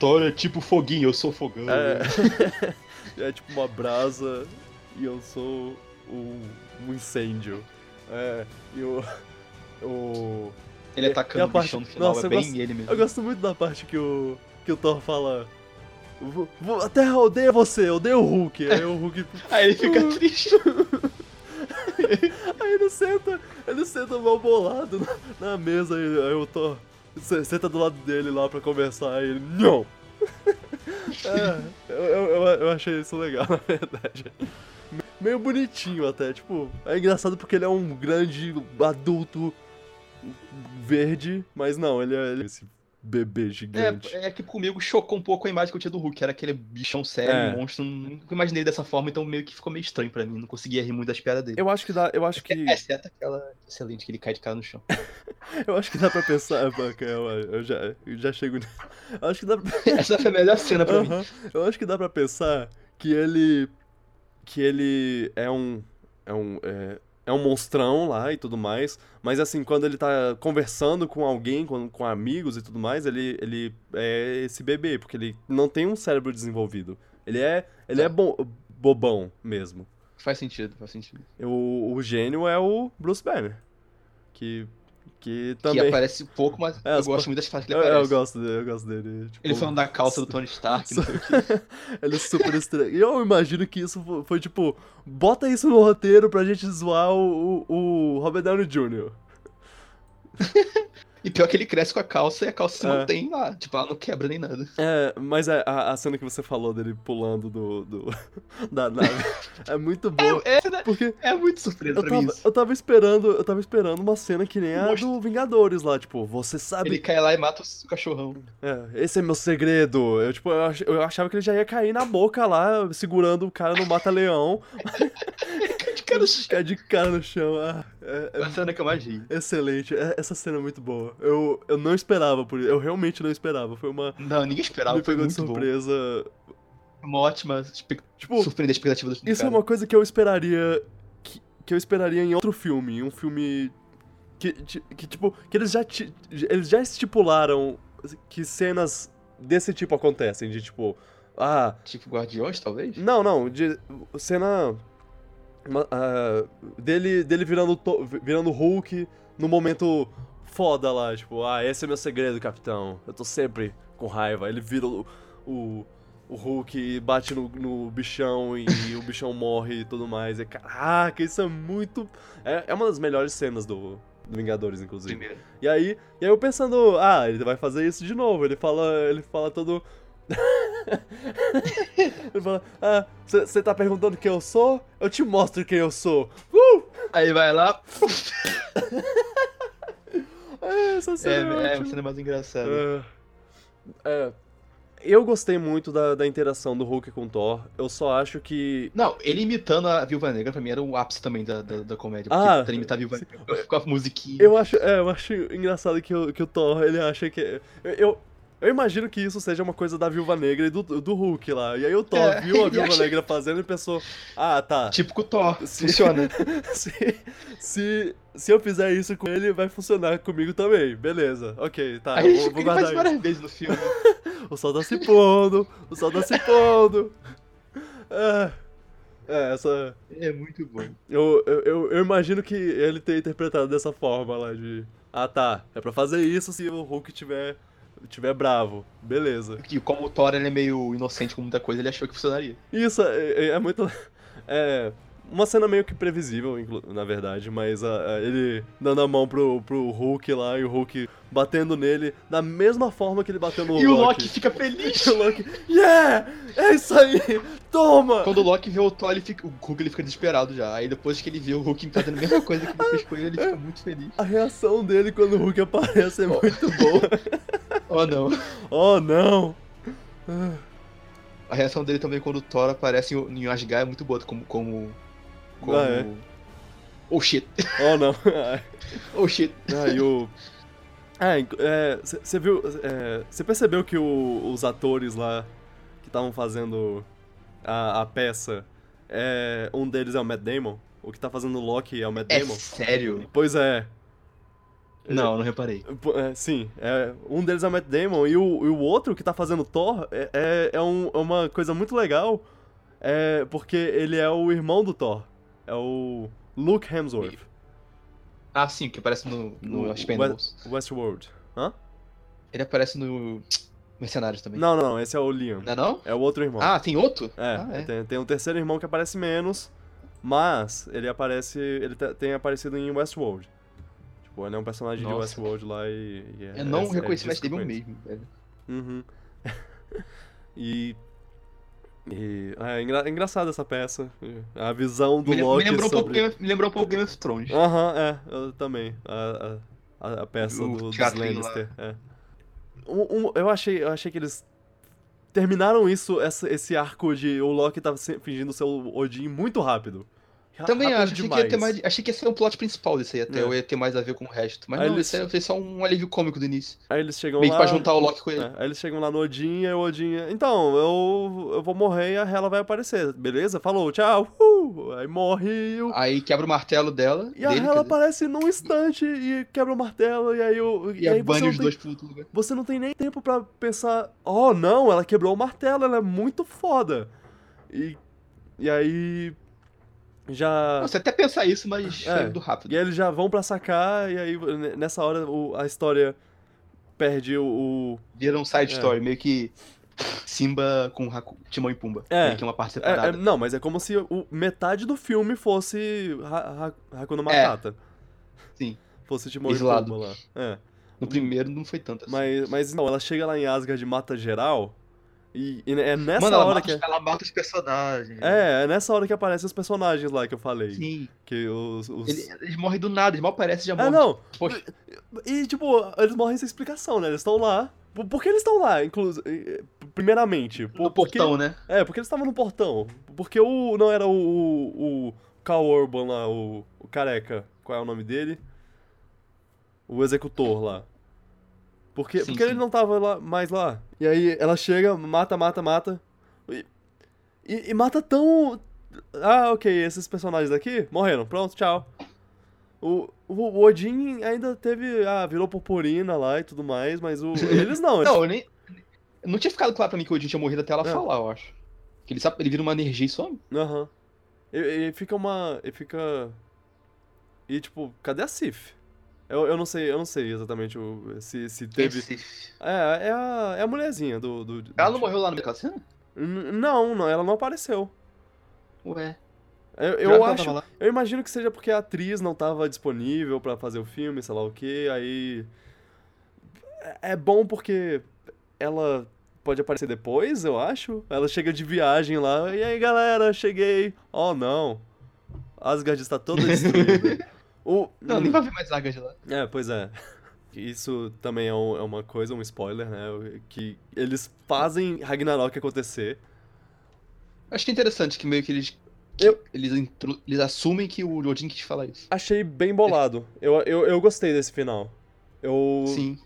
S2: Thor é tipo foguinho, eu sou fogão. Uhum.
S1: <laughs> É, é tipo uma brasa e eu sou um, um incêndio. É, e o. <laughs> o-
S2: Ele
S1: E- e a
S2: atacando o
S1: parte-
S2: bichão no final,
S1: Nossa,
S2: é
S1: eu
S2: bem
S1: gosto-
S2: ele mesmo.
S1: Eu gosto muito da parte que o. que o Thor fala. "Vo- vo- A Terra odeia você, odeia o Hulk. Aí o Hulk. "Uh,
S2: Aí ele
S1: <laughs>
S2: fica triste.
S1: Aí ele senta, ele senta mal bolado na, na mesa aí, aí o Thor se- senta do lado dele lá pra conversar e ele. Não! <laughs> é, eu, eu, eu- eu achei isso legal, <laughs> na verdade. Meio bonitinho até, tipo. É engraçado porque ele é um grande adulto verde, mas não, ele é ele é esse bebê gigante.
S2: É, é que comigo chocou um pouco a imagem que eu tinha do Hulk, que era aquele bichão sério,
S1: É.
S2: monstro, nunca imaginei dessa forma, então meio que ficou meio estranho pra mim, não conseguia rir muito das piadas dele. É,
S1: Eu acho que dá, eu acho
S2: <laughs>
S1: que
S2: Exceto aquela excelente que ele cai de cara no chão. <laughs>
S1: eu acho que dá para pensar, Baca, eu, eu já eu já chego. <laughs> Eu acho que dá pra,
S2: Essa foi a melhor cena pra mim.
S1: Aham. Eu acho que dá pra pensar que ele que ele é um é um é, é um monstrão lá e tudo mais, mas assim, quando ele tá conversando com alguém, com, com amigos e tudo mais, ele ele é esse bebê, porque ele não tem um cérebro desenvolvido. Ele é ele é bo- bobão mesmo.
S2: Faz sentido, faz sentido.
S1: O, o gênio é o Bruce Banner. Que. Que
S2: Que
S1: também.
S2: aparece pouco, mas
S1: É,
S2: eu
S1: as
S2: gosto
S1: pa-
S2: muito das frases que
S1: <laughs> eu,
S2: ele
S1: eu
S2: aparece.
S1: gosto dele, eu gosto dele. Tipo,
S2: Ele falando da calça do Tony Stark, não sei o que.
S1: ele é super estranho. E eu imagino que isso fo- foi, tipo. Bota isso no roteiro pra gente zoar o, o, o Robert Downey Jr.
S2: E pior que ele cresce com a calça e a calça se
S1: É.
S2: mantém lá. Tipo, ela não quebra nem nada.
S1: É, mas a, a- a cena que você falou dele pulando do. do <laughs> da nave é muito boa.
S2: É, é, né?
S1: Porque
S2: é muito surpresa
S1: eu
S2: pra mim
S1: tava,
S2: isso.
S1: eu tava esperando. Eu tava esperando uma cena que nem a
S2: Mostra.
S1: do Vingadores lá, tipo, você sabe
S2: Ele cai lá e mata o cachorrão.
S1: É, esse é meu segredo. Eu, tipo, eu, ach- eu achava que ele já ia cair na boca lá, segurando o cara no mata-leão,
S2: De
S1: <laughs>
S2: cara, cheia.
S1: ficar de cara no chão. Ah, é-
S2: É a cena que eu mais ri.
S1: é excelente. É- essa cena é muito boa. Eu, eu não esperava por isso. Eu realmente não esperava. Foi uma.
S2: Não, ninguém esperava,
S1: me
S2: foi
S1: pegou de
S2: muito bom.
S1: surpresa.
S2: Uma ótima expect...
S1: Tipo,
S2: surpreender a expectativa do filme.
S1: isso é uma coisa que eu esperaria. Que, que eu esperaria em outro filme. Em um filme. Que, ti- que, tipo. Que eles já, ti- eles já estipularam que cenas desse tipo acontecem. De tipo. Ah,
S2: Tipo, Guardiões, talvez?
S1: Não, não, de cena uma- ah, dele dele virando to- virando Hulk no momento foda lá, tipo, ah, esse é meu segredo, capitão. Eu tô sempre com raiva. Ele vira o o, o Hulk e bate no, no bichão e, o bichão morre e tudo mais. E, caraca, isso é muito é, é uma das melhores cenas do, do Vingadores, inclusive.
S2: Primeiro.
S1: E aí, e aí eu pensando, ah, ele vai fazer isso de novo. Ele fala, ele fala todo. <laughs> ele fala, ah, você tá perguntando quem eu sou? Eu te mostro quem eu sou. Uh!
S2: Aí
S1: <laughs>
S2: vai lá,
S1: É, essa
S2: é,
S1: cena é
S2: é, a
S1: ótima.
S2: cena mais engraçada.
S1: É. É. Eu gostei muito da, da interação do Hulk com o Thor. Eu só acho que.
S2: Não, ele imitando a Viúva Negra pra mim era o ápice também da, da, da comédia.
S1: Ah.
S2: Porque ele imitar a Viúva Negra com a musiquinha.
S1: Eu acho, é, eu acho engraçado que o, que o Thor, ele acha que. Eu, eu, eu imagino que isso seja uma coisa da Viúva Negra e do, do Hulk lá. E aí o Thor
S2: É, <laughs>
S1: viu a
S2: ele
S1: Viúva
S2: acha-
S1: Negra fazendo e pensou: ah, tá.
S2: Típico tipo Thor,
S1: Sim. <laughs>
S2: funciona.
S1: Se, se, se eu fizer isso com ele, vai funcionar comigo também. Beleza, ok, tá.
S2: Aí
S1: eu
S2: ele,
S1: Vou, vou
S2: ele faz
S1: guardar isso.
S2: várias vezes no filme.
S1: O sol tá se pondo, o sol tá se
S2: <laughs>
S1: pondo. É, é essa.
S2: É muito bom.
S1: Eu, eu- eu, eu imagino que ele tenha interpretado dessa forma lá de. Ah tá, é pra fazer isso se o Hulk tiver, tiver bravo. Beleza.
S2: E como o Thor ele é meio inocente com muita coisa, ele achou que funcionaria.
S1: Isso é, é- é muito. <laughs> É. Uma cena meio que previsível, inclu- na verdade, mas a- a- ele dando a mão pro, pro Hulk lá e o Hulk batendo nele da mesma forma que ele bateu no
S2: e o Loki
S1: Loki.
S2: fica feliz.
S1: E <laughs> o Loki. Yeah! É isso aí! Toma!
S2: Quando o Loki vê o Thor, ele fica, o Hulk ele fica desesperado já. Aí depois que ele vê o Hulk fazendo a mesma coisa que ele fez com ele, ele
S1: É.
S2: fica muito feliz.
S1: A reação dele quando o Hulk aparece é muito boa.
S2: <laughs> Oh não.
S1: Oh não!
S2: A reação dele também quando o Thor aparece em- em Asgard é muito boa, como. como. como...
S1: Ah, é.
S2: Oh shit, <laughs>
S1: Oh não! <laughs>
S2: oh shit.
S1: Ah, e o. Ah, inc- é. Você viu. Você percebeu que o- os atores lá que estavam fazendo a, a peça. é, um deles é o Matt Damon? O que tá fazendo o Loki é o Matt
S2: É
S1: Damon?
S2: sério?
S1: Pois é.
S2: Não, não reparei.
S1: P- é, sim, é, um deles é o Matt Damon e o, e o outro que tá fazendo Thor é, é, é um- é uma coisa muito legal. É, porque ele é o irmão do Thor. É o Luke Hemsworth,
S2: Ah, sim, que aparece no, no
S1: O-
S2: Expendables.
S1: Westworld. Hã?
S2: Ele aparece no Mercenários também.
S1: Não, não, esse é o Liam.
S2: Não é não?
S1: É o outro irmão.
S2: Ah, tem outro?
S1: É,
S2: Ah, é.
S1: Tem, tem um terceiro irmão que aparece menos, mas ele aparece. Ele te- tem aparecido em Westworld. Tipo, ele é um personagem de
S2: Nossa.
S1: Westworld lá e. e é-
S2: Eu não
S1: é- é
S2: reconheci mais
S1: disso
S2: um
S1: que eu
S2: Damon
S1: conheço.
S2: mesmo, velho.
S1: Uhum. <laughs> e. E. ah, É, engra- é engraçado essa peça. A visão do
S2: Me, lem- me
S1: Loki.
S2: lembrou um pouco
S1: sobre...
S2: Game, me lembrou um pouco Game of Thrones.
S1: Aham, é, eu também. A, a, a- a peça do,
S2: O
S1: dos
S2: teatrinho lá.
S1: Lannister. É. um- um- eu, achei, eu achei que eles terminaram isso, essa- esse arco de o Loki tava se- fingindo ser o Odin muito rápido. Ra-
S2: Também
S1: Ah, rápido
S2: acho, achei que, ia ter mais, achei que ia ser o plot principal desse aí até,
S1: É.
S2: ou ia ter mais a ver com o resto. Mas
S1: Aí
S2: não,
S1: eles-
S2: isso aí foi só um alívio cômico do início.
S1: Aí eles chegam
S2: Meio
S1: lá.
S2: que pra juntar o Loki com ele.
S1: É, aí eles chegam lá no Odin, e o Odin. Então, eu, eu vou morrer e a Hela vai aparecer, beleza? Falou, tchau, uhul." Aí morre e o.
S2: Aí quebra o martelo dela,
S1: E a
S2: Ah,
S1: Hela
S2: dele, quer dizer,
S1: aparece num instante e quebra o martelo, e aí o.
S2: e
S1: aí você
S2: aí bane
S1: não
S2: os
S1: tem-
S2: dois pro outro lugar.
S1: Você não tem nem tempo pra pensar, oh não, ela quebrou o martelo, ela é muito foda. E, e aí. Já.
S2: Não, Você até pensa isso, mas
S1: Ah. É.
S2: é. do rápido.
S1: E aí eles já vão pra sacar, e aí n- nessa hora o- a história perde o. o-
S2: Vira um
S1: É.
S2: side story, meio que Simba com Haku, Timão e Pumba.
S1: É.
S2: Meio que uma parte
S1: É, é,
S2: separada.
S1: não, mas é como se o, metade do filme fosse Ha- Ha- Hakuna Matata.
S2: É. Sim.
S1: <laughs> Fosse Timon e
S2: Exilado.
S1: Pumba lá. É.
S2: No primeiro não foi tanto assim.
S1: Mas, mas não, ela chega lá em Asgard e mata geral. E, e é nessa
S2: Mano, ela
S1: hora
S2: mata,
S1: que.
S2: os- ela mata os personagens.
S1: É, é nessa hora que aparecem os personagens lá que eu falei.
S2: Sim.
S1: Que os. os-
S2: Ele- eles morrem do nada, eles mal aparecem e já
S1: É,
S2: morrem. tipo,
S1: não.
S2: Poxa,
S1: E, tipo, eles morrem sem explicação, né? Eles estão lá. Por, por que eles estão lá, inclusive? Primeiramente. Por,
S2: no
S1: porque-
S2: portão, né?
S1: É, porque eles estavam no portão. Porque o. Não era o. O, o Cal Urban lá, o, o careca. Qual é o nome dele? O executor lá. Porque,
S2: Sim,
S1: porque ele
S2: sim.
S1: não tava lá, mais lá. E aí ela chega, mata, mata, mata. E, e- e mata tão. Ah, ok, esses personagens aqui morreram. Pronto, tchau. O, o Odin ainda teve. Ah, virou purpurina lá e tudo mais, mas
S2: <laughs>
S1: o. Eles não. Eles,
S2: Não, eu nem. Não tinha ficado claro pra mim que o Odin tinha morrido até ela
S1: É.
S2: falar, eu acho. Que ele, sabe, ele vira uma energia e some.
S1: Aham. E, e fica uma. E fica. E tipo, cadê a Sif? Eu, eu não sei, eu não sei exatamente o, se, se teve. É, é a, é a mulherzinha do. do, do-
S2: Ela não morreu lá no meio daquela cena?
S1: N- Não, não, ela não apareceu.
S2: Ué.
S1: Eu,
S2: Será que
S1: eu
S2: ela
S1: acho.
S2: tava lá?
S1: Eu imagino que seja porque a atriz não tava disponível pra fazer o filme, sei lá o quê, aí. É- É bom porque ela pode aparecer depois, eu acho. Ela chega de viagem lá, e aí galera, cheguei. Oh não. Asgard está
S2: <laughs>
S1: toda destruída. o... hum,
S2: Não, nem vai ver mais Asgard lá.
S1: É, pois é. Isso também é, um- é uma coisa, um spoiler, né? Que eles fazem Ragnarok acontecer.
S2: Acho que é interessante que meio que eles. Eles, intro- eles assumem que o Odin quis falar isso.
S1: Achei bem bolado. Eu, eu, eu gostei desse final. Eu.
S2: Sim.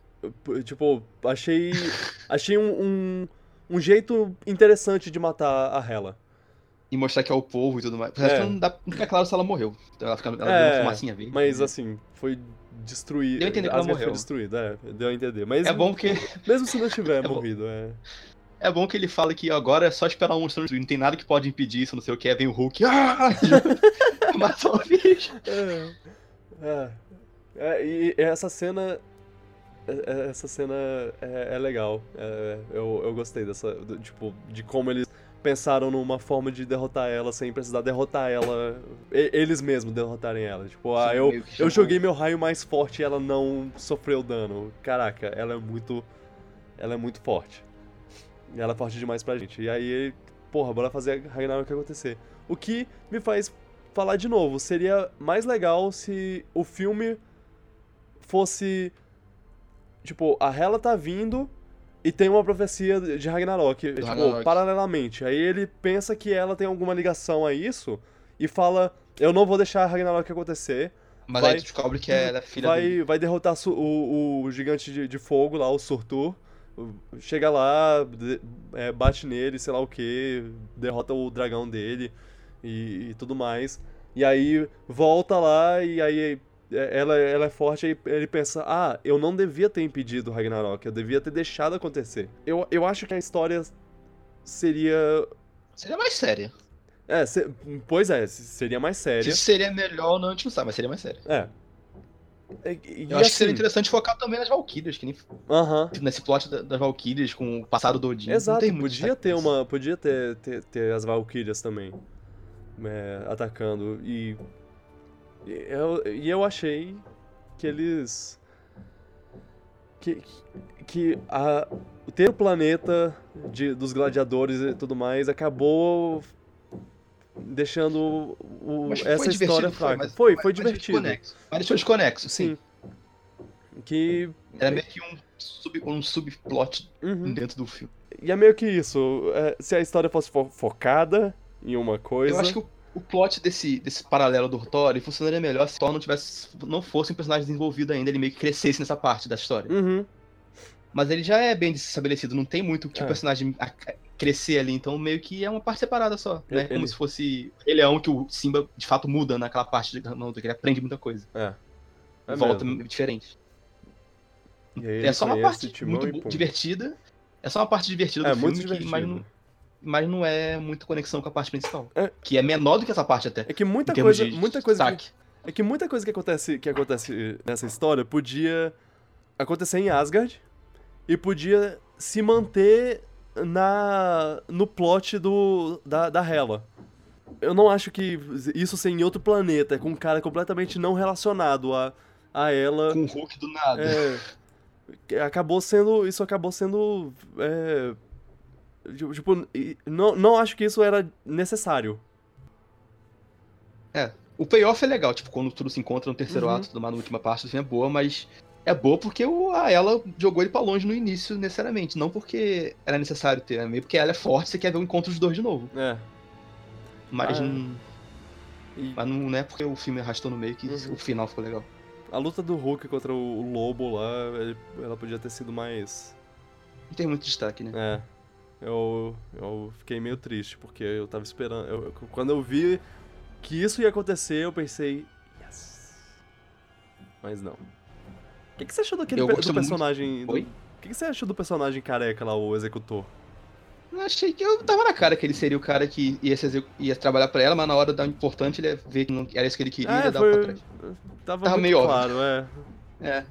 S1: P- Tipo, achei. Achei um, um, um jeito interessante de matar a Hela.
S2: E mostrar que é o povo e tudo mais.
S1: É.
S2: Não, dá, não fica claro se ela morreu. Então Ela fica ela
S1: É,
S2: vira uma fumacinha verde.
S1: Mas assim, foi destruída.
S2: Deu a entender que ela
S1: Asgard foi
S2: morreu.
S1: destruída, é, deu a entender. Mas
S2: É bom porque.
S1: mesmo se não tiver
S2: <laughs> É bom.
S1: morrido, é.
S2: É bom que ele fala que agora é só esperar um monstro destruir, não tem nada que pode impedir isso, não sei o que, aí vem o Hulk. Ah! <laughs> Matou o bicho.
S1: É. É. É, e essa cena. é- é- Essa cena é, é legal. É, eu, eu gostei dessa. do- tipo, de como eles pensaram numa forma de derrotar ela sem precisar derrotar ela. e- eles mesmos derrotarem ela. Tipo, ah,
S2: Sim,
S1: eu,
S2: meio que
S1: eu
S2: chamou-
S1: joguei meu raio mais forte e ela não sofreu dano. Caraca, ela é muito. Ela é muito forte. E Ela é forte demais pra gente. E aí, porra, bora fazer a Ragnarok acontecer. O que me faz falar de novo, seria mais legal se o filme fosse. Tipo, a Hela tá vindo e tem uma profecia de Ragnarok, tipo,
S2: Ragnarok.
S1: paralelamente. Aí ele pensa que ela tem alguma ligação a isso e fala: Eu não vou deixar Ragnarok acontecer.
S2: Mas
S1: vai-
S2: aí tu descobre que ela é filha dele.
S1: Vai, vai derrotar su- o, o gigante de, de fogo lá, o Surtur. Chega lá, de- é, bate nele, sei lá o que, derrota o dragão dele e, e tudo mais. E aí volta lá e aí é, ela, ela é forte e ele pensa: Ah, eu não devia ter impedido o Ragnarok, eu devia ter deixado acontecer. Eu, eu acho que a história seria.
S2: Seria mais séria.
S1: É, se- pois é, seria mais
S2: Se
S1: séria.
S2: isso seria melhor, não, a gente não sabe, mas seria mais séria.
S1: É. E, e
S2: Eu acho que seria
S1: assim,
S2: interessante focar também nas Valkyrias, que nem
S1: Aham.
S2: nesse plot da- das Valkyrias com o passado do Odin. não
S1: Exato,
S2: tem muito
S1: podia
S2: destaque
S1: ter
S2: disso.
S1: uma. Podia ter, ter, ter as Valkyrias também. é, atacando. E. e Eu, e eu achei que eles. Que, que- que a, ter o planeta de, dos gladiadores e tudo mais acabou deixando o-
S2: Mas foi
S1: essa
S2: divertido,
S1: história é
S2: foi,
S1: fraca.
S2: mas-
S1: foi, foi,
S2: mas- mas
S1: divertido.
S2: desconexo. Mas deixou desconexo, sim.
S1: Sim. Que.
S2: Era meio que um, sub, um subplot
S1: Uhum.
S2: dentro do filme.
S1: E é meio que isso. é, se a história fosse fo- focada em uma coisa.
S2: Eu acho que o, o plot desse, desse paralelo do Thor funcionaria melhor se Thor não tivesse. não fosse um personagem desenvolvido ainda, ele meio que crescesse nessa parte da história.
S1: Uhum.
S2: Mas ele já é bem estabelecido, não tem muito o que
S1: É.
S2: o personagem a- crescer ali, então meio que é uma parte separada só, né?
S1: Ele-
S2: Como
S1: ele-
S2: se fosse o Rei Leão que o Simba de fato muda naquela parte da luta, que ele aprende muita coisa.
S1: É. É
S2: volta
S1: mesmo.
S2: diferente.
S1: E aí ele
S2: É só uma
S1: conhece
S2: parte
S1: Timão
S2: muito
S1: e
S2: bo-
S1: Pumba.
S2: divertida. É só uma parte divertida
S1: É
S2: do
S1: muito
S2: filme,
S1: divertido.
S2: que, mas, não, mas não é muita conexão com a parte principal.
S1: É.
S2: Que é menor do que essa parte até.
S1: É que muita
S2: em termos
S1: coisa,
S2: de
S1: muita coisa que,
S2: destaque.
S1: é que muita coisa que acontece, que acontece nessa história podia acontecer em Asgard e podia se manter na no plot do da, da Hela. Eu não acho que isso ser em outro planeta, com um cara completamente não relacionado a, a ela.
S2: Com o Hulk do nada.
S1: É, que acabou sendo. Isso acabou sendo. é, tipo, tipo, e- não, não acho que isso era necessário.
S2: O payoff é legal, tipo, quando tudo se encontra no terceiro
S1: Uhum.
S2: ato, tudo mais, na última parte do filme é boa, mas é boa porque o, a ela jogou ele pra longe no início, necessariamente. Não porque era necessário ter, é meio porque ela é forte, você quer ver o encontro dos dois de novo.
S1: É.
S2: Mas,
S1: Ah, é.
S2: não,
S1: E
S2: mas não é porque o filme arrastou no meio que
S1: Uhum.
S2: o final ficou legal.
S1: a luta do Hulk contra o o Lobo lá, ele- ela podia ter sido mais.
S2: Não tem muito destaque, né?
S1: É. Eu, eu fiquei meio triste, porque eu tava esperando. eu- eu- quando eu vi que isso ia acontecer, eu pensei. Yes! Mas não. O que, que você achou daquele
S2: Eu
S1: pe-
S2: gosto
S1: do
S2: muito-
S1: personagem. do-
S2: Oi?
S1: O que, que você achou do personagem careca lá, o executor?
S2: Eu achei que eu tava na cara que ele seria o cara que ia, se execu- ia trabalhar pra ela, mas na hora da importante ele ia ver que não era isso que ele queria e
S1: É,
S2: ia dar
S1: foi-
S2: pra trás.
S1: Tava,
S2: Tava
S1: muito
S2: meio
S1: claro, é.
S2: É,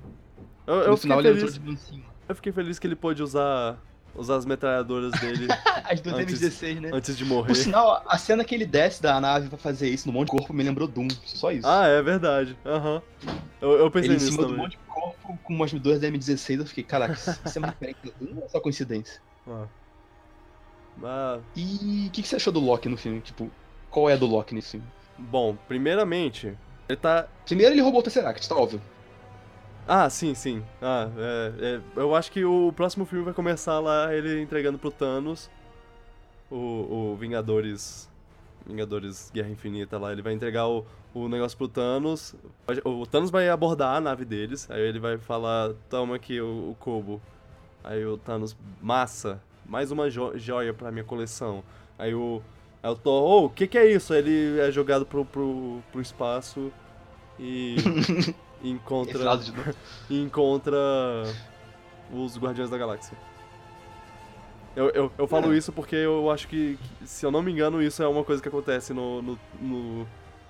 S1: Eu,
S2: no
S1: eu fiquei
S2: final ele entrou
S1: feliz,
S2: de mim em cima.
S1: eu fiquei feliz que ele pôde usar, usar as metralhadoras dele
S2: <laughs> Ah, As duas
S1: Antes-
S2: M16, né?
S1: antes de
S2: Por
S1: morrer.
S2: sinal, a cena que ele desce da nave pra fazer isso no monte de corpo me lembrou Doom, só isso.
S1: Ah, é verdade. Aham. Eu, eu pensei
S2: ele em
S1: nisso
S2: cima do
S1: também.
S2: monte de corpo com umas duas da M16, eu fiquei, caraca, isso é muito diferente. Não é só coincidência.
S1: Ah. Ah,
S2: E o que, que você achou do Loki no filme? Tipo, qual é a do Loki nesse filme?
S1: bom, primeiramente, ele tá.
S2: Primeiro ele roubou o Tesseract, tá óbvio.
S1: Ah, sim, sim. Ah, é, é, eu acho que o próximo filme vai começar lá ele entregando pro Thanos o, o Vingadores. Vingadores Guerra Infinita lá. Ele vai entregar o, o negócio pro Thanos. O Thanos vai abordar a nave deles. Aí ele vai falar: Toma aqui o, o cubo. Aí o Thanos, massa, mais uma jo- joia pra minha coleção. Aí o. Aí o Thor, ô, o que que é isso? Aí ele é jogado pro, pro, pro espaço e. e
S2: É
S1: encontra
S2: filado de novo.
S1: e encontra os Guardiões da Galáxia. Eu, eu, eu falo
S2: É.
S1: isso porque eu acho que, que, se eu não me engano, isso é uma coisa que acontece no, no, no,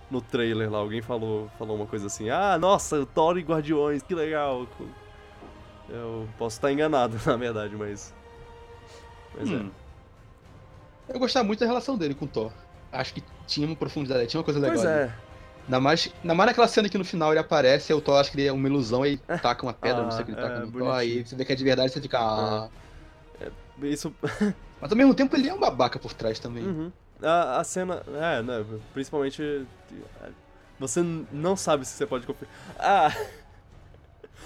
S1: no trailer lá. Alguém falou, falou uma coisa assim: Ah, nossa, o Thor e Guardiões, que legal. Eu posso estar enganado, <laughs> na verdade, mas. Mas é.
S2: Hum. Eu gostava muito da relação dele com o Thor. Acho que tinha uma profundidade, tinha uma coisa legal.
S1: Pois
S2: ali.
S1: é.
S2: Ainda mais, ainda mais naquela cena que no final ele aparece, aí o Thor acha que ele é uma ilusão,
S1: <laughs>
S2: aí ele taca uma pedra, não sei o que ele
S1: Ah,
S2: taca
S1: é,
S2: no Thor, aí
S1: bonitinho.
S2: você vê que é de verdade, você fica. Ah.
S1: É. Isso.
S2: Mas ao mesmo tempo ele é um babaca por trás também.
S1: Uhum. A, a cena. É, né? Principalmente. é, Você n- não sabe se você pode confiar. Ah! <laughs>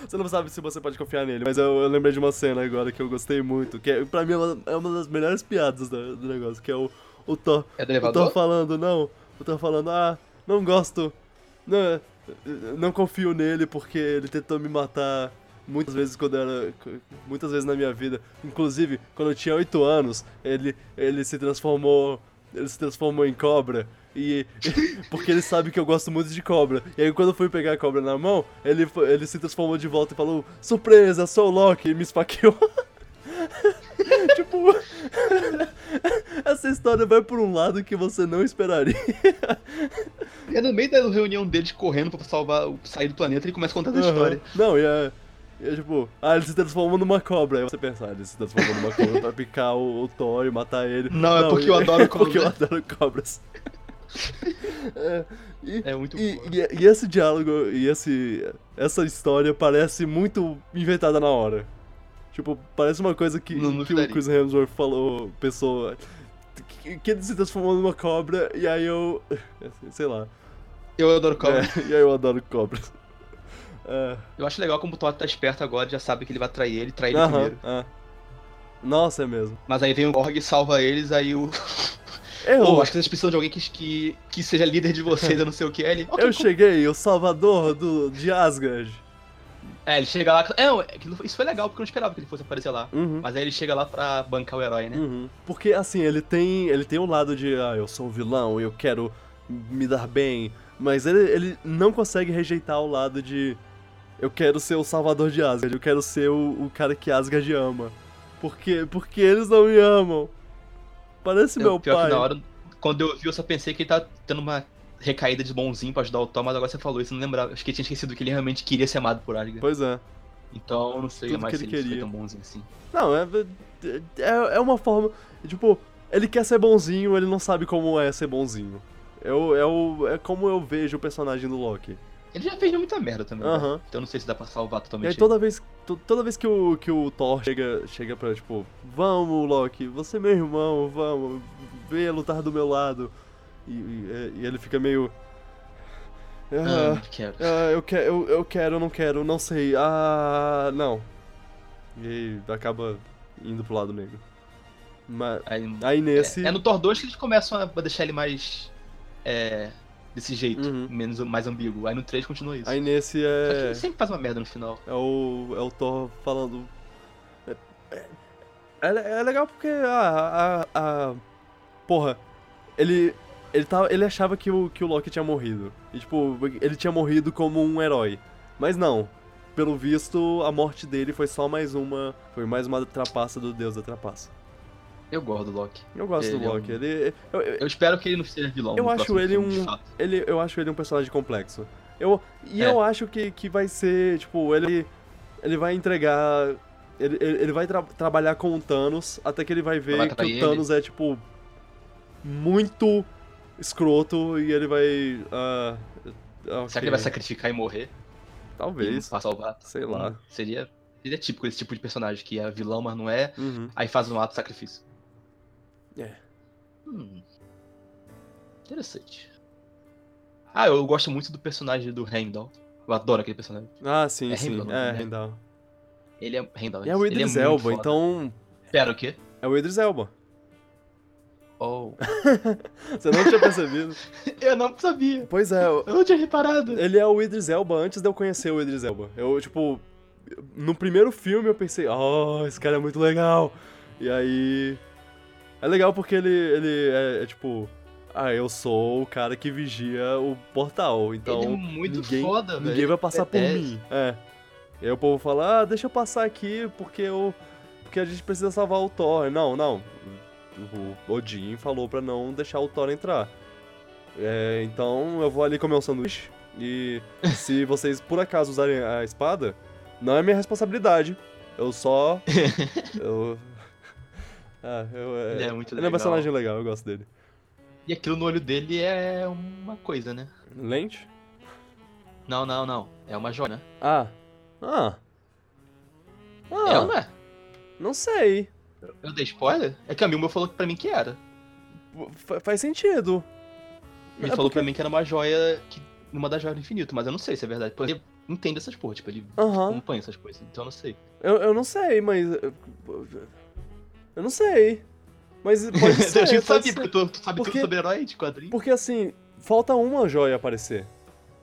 S1: Você não sabe se você pode confiar nele, mas eu, eu lembrei de uma cena agora que eu gostei muito, que é, pra mim é uma, é uma das melhores piadas do, do negócio, que é o, o Thor.
S2: É do
S1: O Thor
S2: elevador?
S1: falando, não, o Thor falando, ah, não gosto, não, é, não confio nele porque ele tentou me matar muitas vezes quando era, muitas vezes na minha vida. Inclusive, quando eu tinha 8 anos, ele, ele se transformou, ele se transformou em cobra. E <laughs> porque ele sabe que eu gosto muito de cobra. E aí quando eu fui pegar a cobra na mão, ele, fo- ele se transformou de volta e falou: "Surpresa, sou o Loki", e me esfaqueou. <laughs> tipo, <laughs> essa história vai por um lado que você não esperaria.
S2: É no meio da reunião deles correndo pra salvar, o- sair do planeta, ele começa a contar essa história.
S1: Aham. Não, e é, e é tipo, ah, ele se transformou numa cobra. Aí você pensa, ah, ele se transformou numa cobra pra picar o, o Thor e matar ele.
S2: Não, é porque eu
S1: <laughs>
S2: adoro
S1: porque eu
S2: cobras.
S1: adoro cobras. <laughs> É, e,
S2: É muito
S1: e,
S2: boa.
S1: e- e esse diálogo e esse, essa história parece muito inventada na hora. Tipo, parece uma coisa que,
S2: Não, não
S1: que o
S2: ficaria.
S1: Chris Hemsworth falou, pensou. Que, que ele se transformou numa cobra, e aí eu. <laughs> Sei lá.
S2: Eu adoro cobra.
S1: É, e aí eu adoro cobras. É.
S2: Eu acho legal como o Todd tá esperto agora, já sabe que ele vai trair ele, trair ele
S1: Aham,
S2: primeiro.
S1: é. Nossa, é mesmo.
S2: Mas aí vem o Gorg e salva eles, aí o. Pô,
S1: <laughs> Eu,
S2: <laughs> acho que vocês precisam de alguém que, que, que seja líder de vocês, eu não sei o que. Aí ele. "Ok,
S1: eu cheguei, o salvador do, de Asgard.
S2: É, ele chega lá. É, aquilo- isso foi legal, porque eu não esperava que ele fosse aparecer lá.
S1: Uhum.
S2: Mas aí ele chega lá pra bancar o herói, né?
S1: Uhum. Porque assim, ele tem. Ele tem um lado de ah, eu sou um vilão, eu quero me dar bem. Mas ele, ele não consegue rejeitar o lado de eu quero ser o salvador de Asgard, eu quero ser o, o cara que Asgard ama. Porque, porque eles não me amam. Parece
S2: Eu-
S1: meu
S2: É, pior
S1: pai.
S2: que na hora, quando eu vi, eu só pensei que ele tá tendo uma recaída de bonzinho pra ajudar o Thor, mas agora você falou isso, eu não lembrava. Acho que ele tinha esquecido que ele realmente queria ser amado por Asgard.
S1: Pois é.
S2: Então, eu não sei
S1: Tudo
S2: mais
S1: que
S2: se
S1: ele
S2: ele foi
S1: queria.
S2: tão bonzinho assim.
S1: Não, é, é, é uma forma. Tipo, ele quer ser bonzinho, ele não sabe como é ser bonzinho. É, o- é, o- é como eu vejo o personagem do Loki.
S2: Ele já fez muita merda também. né?
S1: Aham.
S2: Então, eu não sei se dá pra salvar
S1: E
S2: totalmente.
S1: aí toda vez, to- toda vez que, o, que o Thor chega, chega pra, tipo, vamos, Loki, você é meu irmão, vamos, venha lutar do meu lado. E, e- e ele fica meio.
S2: ele.
S1: "Ah,
S2: Ah, não quero.
S1: ah, eu, que, eu, eu quero, não quero, não sei, ah, não. E aí acaba indo pro lado negro. Mas,
S2: Aí-
S1: aí nesse.
S2: é, é no Thor 2 que eles começam a deixar ele mais. É, desse jeito,
S1: Uhum.
S2: menos, mais ambíguo. Aí no 3 continua isso.
S1: Aí nesse
S2: Só que
S1: é.
S2: ele sempre faz uma merda no final.
S1: É o, é o Thor falando. É, é- é, le- é legal porque a, a, a- Porra, ele. Ele, tava, ele achava que o, que o Loki tinha morrido. E, tipo, ele tinha morrido como um herói. Mas não. Pelo visto, a morte dele foi só mais uma. Foi mais uma trapaça do deus da trapaça.
S2: Eu gosto do Loki.
S1: Eu gosto
S2: Ele
S1: do
S2: é um-
S1: Loki. Ele, eu- eu-
S2: Eu espero que ele não seja vilão.
S1: Eu
S2: no
S1: acho
S2: próximo
S1: ele
S2: filme,
S1: um-
S2: de fato.
S1: ele, eu acho ele um personagem complexo. Eu, e
S2: É.
S1: eu acho que, que vai ser, tipo, ele, ele vai entregar. Ele, ele ele vai tra- trabalhar com o Thanos até que ele vai ver
S2: Vai
S1: que
S2: atrair
S1: o
S2: ele.
S1: Thanos é, tipo, muito escroto e ele vai. ah, ok.
S2: Será que ele vai sacrificar e morrer?
S1: Talvez.
S2: E Pra salvar?
S1: Sei lá.
S2: Seria, seria típico esse tipo de personagem que é vilão, mas não é.
S1: Uhum.
S2: Aí faz um ato de sacrifício.
S1: É.
S2: Hum. Interessante. Ah, eu gosto muito do personagem do Heimdall. Eu adoro aquele personagem.
S1: Ah, sim,
S2: É
S1: sim.
S2: Heimdall,
S1: É,
S2: né?
S1: Rendal.
S2: Ele é Heimdall.
S1: E é o
S2: ele
S1: Idris
S2: muito
S1: Elba,
S2: foda.
S1: então.
S2: Pera, o quê?
S1: É o Idris Elba.
S2: Oh.
S1: Você não tinha percebido?
S2: <laughs> eu não sabia.
S1: pois é,
S2: Eu não tinha reparado.
S1: Ele é o Idris Elba antes de eu conhecer o Idris Elba. Eu, tipo, no primeiro filme eu pensei, oh, esse cara é muito legal. E aí. É legal porque ele, ele é, é tipo. Ah, eu sou o cara que vigia o portal, então.
S2: ele é muito
S1: ninguém,
S2: foda, velho.
S1: Ninguém vai passar por
S2: badass.
S1: mim. É. E aí o povo fala, ah, deixa eu passar aqui porque eu. Porque a gente precisa salvar o Thor. Não, não. O Odin falou pra não deixar o Thor entrar. É, então eu vou ali comer um sanduíche. E se vocês por acaso usarem a espada, não é minha responsabilidade. Eu só. eu. <laughs> Ah, eu.
S2: Ele é muito
S1: Ele é um
S2: legal.
S1: personagem legal, eu gosto dele.
S2: E aquilo no olho dele é uma coisa, né?
S1: Lente?
S2: Não, não, não. É uma joia, né?
S1: Ah. Ah. Ah.
S2: É ou não é?
S1: Não sei.
S2: Eu dei spoiler? É que a Milma falou pra mim que era.
S1: Fa- faz sentido.
S2: Ele
S1: É
S2: falou
S1: porque-
S2: pra mim que era uma joia que. Uma das joias do infinito, mas eu não sei se é verdade. Porque ele entende essas porra, tipo, ele
S1: Aham.
S2: acompanha essas coisas, então eu não sei.
S1: Eu, eu não sei, mas. Eu eu não sei.
S2: <laughs>
S1: Mas pode ser.
S2: a gente
S1: pode
S2: sabia,
S1: ser.
S2: porque tu, tu sabe
S1: Porque-
S2: tudo sobre herói de quadrinho.
S1: Porque assim, falta uma joia aparecer.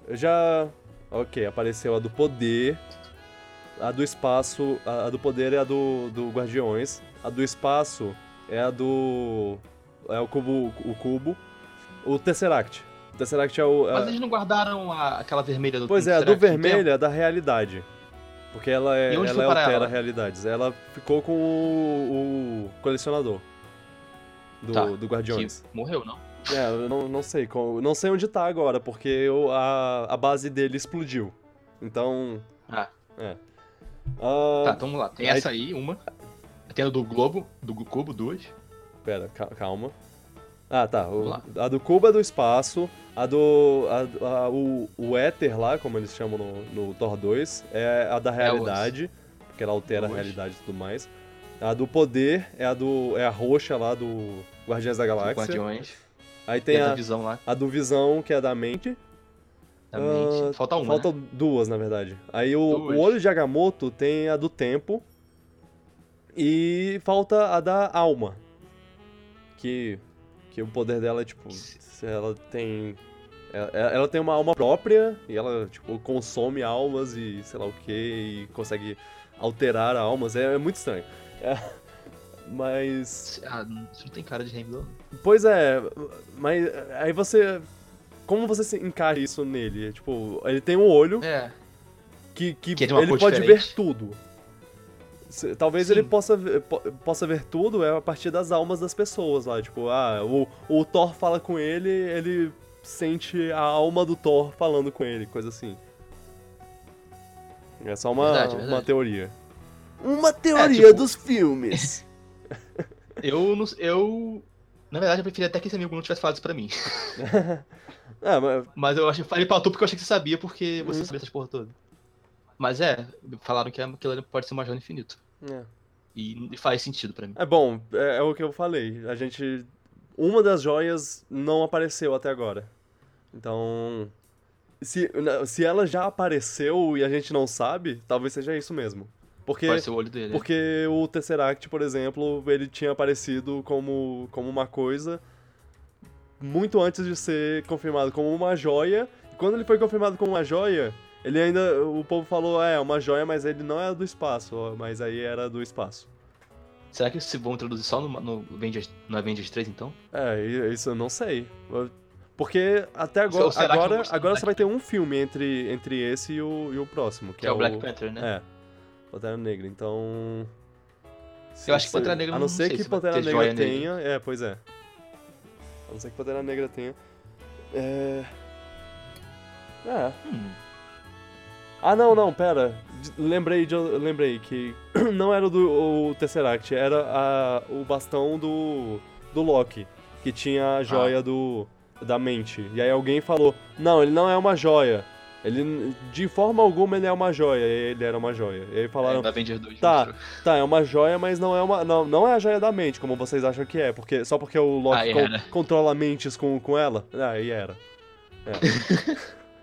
S1: Eu já. Ok, apareceu a do poder. A do espaço. A, a do poder é a do, do Guardiões. A do espaço é a do. É o cubo. O cubo. O Tesseract. O Tesseract é o. é-
S2: Mas eles não guardaram a- aquela vermelha do
S1: Pois é, a do
S2: Tesseract no tempo?
S1: vermelho é da realidade. Porque ela, é,
S2: então. E onde
S1: ela
S2: foi parar
S1: altera
S2: ela?
S1: realidades. Ela ficou com o, o colecionador do,
S2: Tá,
S1: do Guardiões.
S2: Que morreu, não?
S1: É, eu não, não sei qual- não sei onde tá agora, porque eu- a, a base dele explodiu. Então.
S2: Ah,
S1: ah,
S2: tá, então vamos lá. Tem
S1: aí-
S2: essa aí, uma. Tem a do Globo, do Cubo, duas.
S1: Pera, ca- calma. Ah, tá. o-
S2: Vamos lá.
S1: a do Cuba é do espaço. A do. A, a- o, o éter lá, como eles chamam no, no Thor 2, é a da realidade. porque ela altera
S2: Hoje.
S1: a realidade e tudo mais. A do poder é a do. é a roxa lá do Guardiões da
S2: do
S1: Galáxia.
S2: Guardiões.
S1: Aí
S2: Tem
S1: tem
S2: a da
S1: a,
S2: visão lá.
S1: a do Visão, que é a da mente.
S2: Exatamente.
S1: Ah,
S2: falta uma. né?
S1: Faltam duas, na verdade. Aí o,
S2: Duas.
S1: o Olho de Agamotto tem a do tempo. E falta a da alma. Que. Que o poder dela é tipo. se Ela tem. Ela, ela tem uma alma própria e ela, tipo, consome almas e sei lá o que e consegue alterar almas. É, é muito estranho. É, mas.
S2: Ah, isso não tem cara de Rainbow.
S1: Pois é, mas aí você. Como você se encara isso nele? Tipo, ele tem um olho
S2: É.
S1: que, que,
S2: Que é de uma
S1: ele
S2: cor
S1: pode
S2: diferente.
S1: ver tudo. Se- Talvez
S2: Sim.
S1: ele possa, ver- po- possa ver tudo é a partir das almas das pessoas lá. Tipo, ah, o, o Thor fala com ele, ele sente a alma do Thor falando com ele, coisa assim. É só uma,
S2: Verdade, verdade.
S1: uma teoria. Uma
S2: teoria tipo-
S1: dos <laughs> filmes.
S2: Eu não. Eu. Na verdade, eu preferia até que esse amigo não tivesse falado isso pra mim. <laughs>
S1: é, mas
S2: Mas eu acho que falei pra tu porque eu achei que você sabia, porque você
S1: Hum.
S2: sabia essas porra toda. Mas é, falaram que aquilo pode ser uma joia infinito.
S1: é.
S2: E faz sentido pra mim.
S1: É bom, é, é o que eu falei. A gente. Uma das joias não apareceu até agora. Então. Se, na- se ela já apareceu e a gente não sabe, talvez seja isso mesmo. Porque,
S2: Pode ser o olho dele.
S1: porque o Tesseract, por exemplo, ele tinha aparecido como, como uma coisa muito antes de ser confirmado como uma joia. E quando ele foi confirmado como uma joia, ele ainda. O povo falou, é, uma joia, mas ele não era do espaço. ó, Mas aí era do espaço.
S2: Será que se vão introduzir só no, no, Avengers, no Avengers 3, então?
S1: É, i- isso eu não sei. Eu- Porque até agora,
S2: Então, será que eu
S1: agora,
S2: gosto do
S1: agora
S2: Black
S1: só vai ter um filme entre, entre esse e o, e o próximo, que,
S2: Que é o Black Panther, né?
S1: É, Pantera Negra, então... se-
S2: Eu acho que
S1: se-
S2: Pantera Negra
S1: A
S2: não
S1: não ser
S2: sei
S1: que
S2: se vai
S1: Pantera
S2: ter
S1: Negra
S2: joia nele.
S1: tenha... É, pois é. A não ser que Pantera Negra tenha... É... É...
S2: Hum,
S1: Ah, não, não, pera. D- Lembrei, de, lembrei que <clears throat> não era o do o Tesseract, era a- o bastão do, do Loki, que tinha
S2: Ah.
S1: a joia do, da mente. E aí alguém falou: Não, ele não é uma joia. Ele, n- de forma alguma, ele é uma joia. E ele era uma joia. E aí falaram:
S2: é, no Avengers 2.
S1: Tá.
S2: mostrou.
S1: Tá, é uma joia, mas não é uma. Não, não é a joia da mente, como vocês acham que é, porque só porque o Loki
S2: Aí
S1: con-
S2: era.
S1: controla mentes com, com ela. Aí era. É.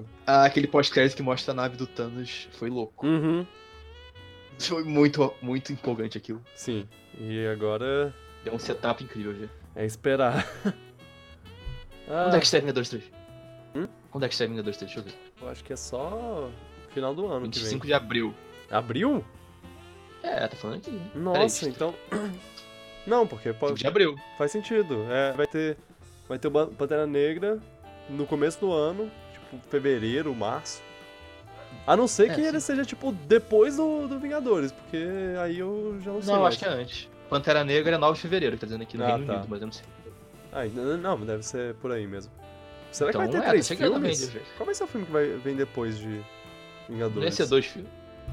S1: é...
S2: Ah, aquele pós-crédito que mostra a nave do Thanos foi louco.
S1: Uhum.
S2: Foi muito, muito empolgante aquilo.
S1: Sim, e agora
S2: Deu um setup incrível já.
S1: é esperar. <laughs> ah,
S2: Quando é que estreia Vingadores 3?
S1: Hum?
S2: Quando é que estreia Vingadores 3? Deixa eu ver.
S1: eu acho que é só final do ano que vem.
S2: 25 de abril.
S1: Abril?
S2: É, tá falando aqui, né? Peraí,
S1: Nossa, então. <coughs> Não, porque pode-
S2: 25 de abril.
S1: faz sentido. É, vai ter vai ter o Ban- Pantera Negra no começo do ano, tipo fevereiro, março. A não ser
S2: É,
S1: que ele seja tipo depois do, do Vingadores, porque aí eu já não sei.
S2: Não, eu
S1: mais.
S2: acho que é antes. Pantera Negra é 9 de fevereiro, que tá dizendo aqui no
S1: Ah,
S2: Reino
S1: tá.
S2: Unido, mas eu não sei.
S1: Ah, n- não, deve ser por aí mesmo. Será
S2: Então,
S1: que vai ter
S2: é, tá
S1: três
S2: chegando também,
S1: filmes?
S2: Deus.
S1: Qual vai ser o filme que vai, vem depois de
S2: Não ia
S1: Vingadores?
S2: ser dois filmes.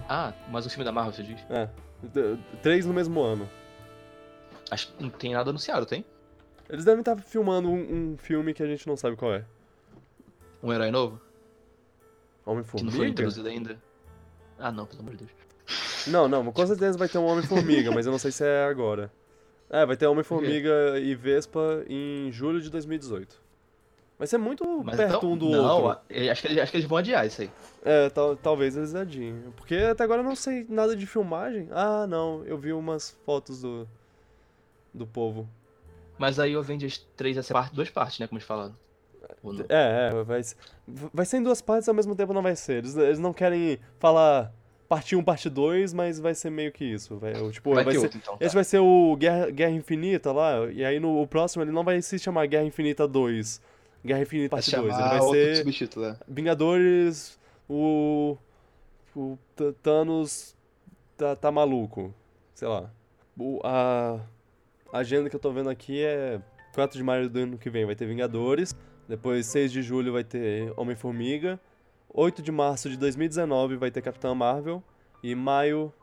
S2: Ah, mas o filme da Marvel, você diz?
S1: É. D- Três no mesmo ano.
S2: Acho que não tem nada anunciado, tem?
S1: Eles devem estar filmando um, um filme que a gente não sabe qual é.
S2: Um herói novo? Que não foi
S1: Homem-Formiga?
S2: introduzido ainda? Ah, não, pelo amor de Deus.
S1: Não, não, com certeza vai ter um Homem-Formiga, mas eu não sei se é agora. É, vai ter Homem-Formiga e Vespa em julho de 2018. Vai ser muito
S2: Mas
S1: perto
S2: então,
S1: um do
S2: não,
S1: outro.
S2: a- eu acho que, eles- acho que eles vão adiar isso aí.
S1: É, tal- talvez eles adiem. Porque até agora eu não sei nada de filmagem. Ah, não, eu vi umas fotos do, do povo.
S2: Mas aí o Avengers 3 ia ser parte, duas partes, né? Como eles falaram. Ou não?
S1: É, é, vai, ser- vai ser em duas partes ao mesmo tempo, não vai ser. Eles, eles não querem falar parte 1, parte 2, mas vai ser meio que isso. Vai, ou, tipo,
S2: Vai,
S1: vai
S2: ter
S1: ser-
S2: outro, então. tá.
S1: Esse vai ser o Guerra, Guerra Infinita lá, e aí no o próximo ele não vai se chamar Guerra Infinita 2, Guerra Infinita parte 2, ele vai ser
S2: subtítulo, né?
S1: Vingadores, o, o T- Thanos tá, tá maluco, sei lá. O- a a agenda que eu tô vendo aqui é 4 de maio do ano que vem vai ter Vingadores, depois 6 de julho vai ter Homem-Formiga, 8 de março de 2019 vai ter Capitã Marvel e maio,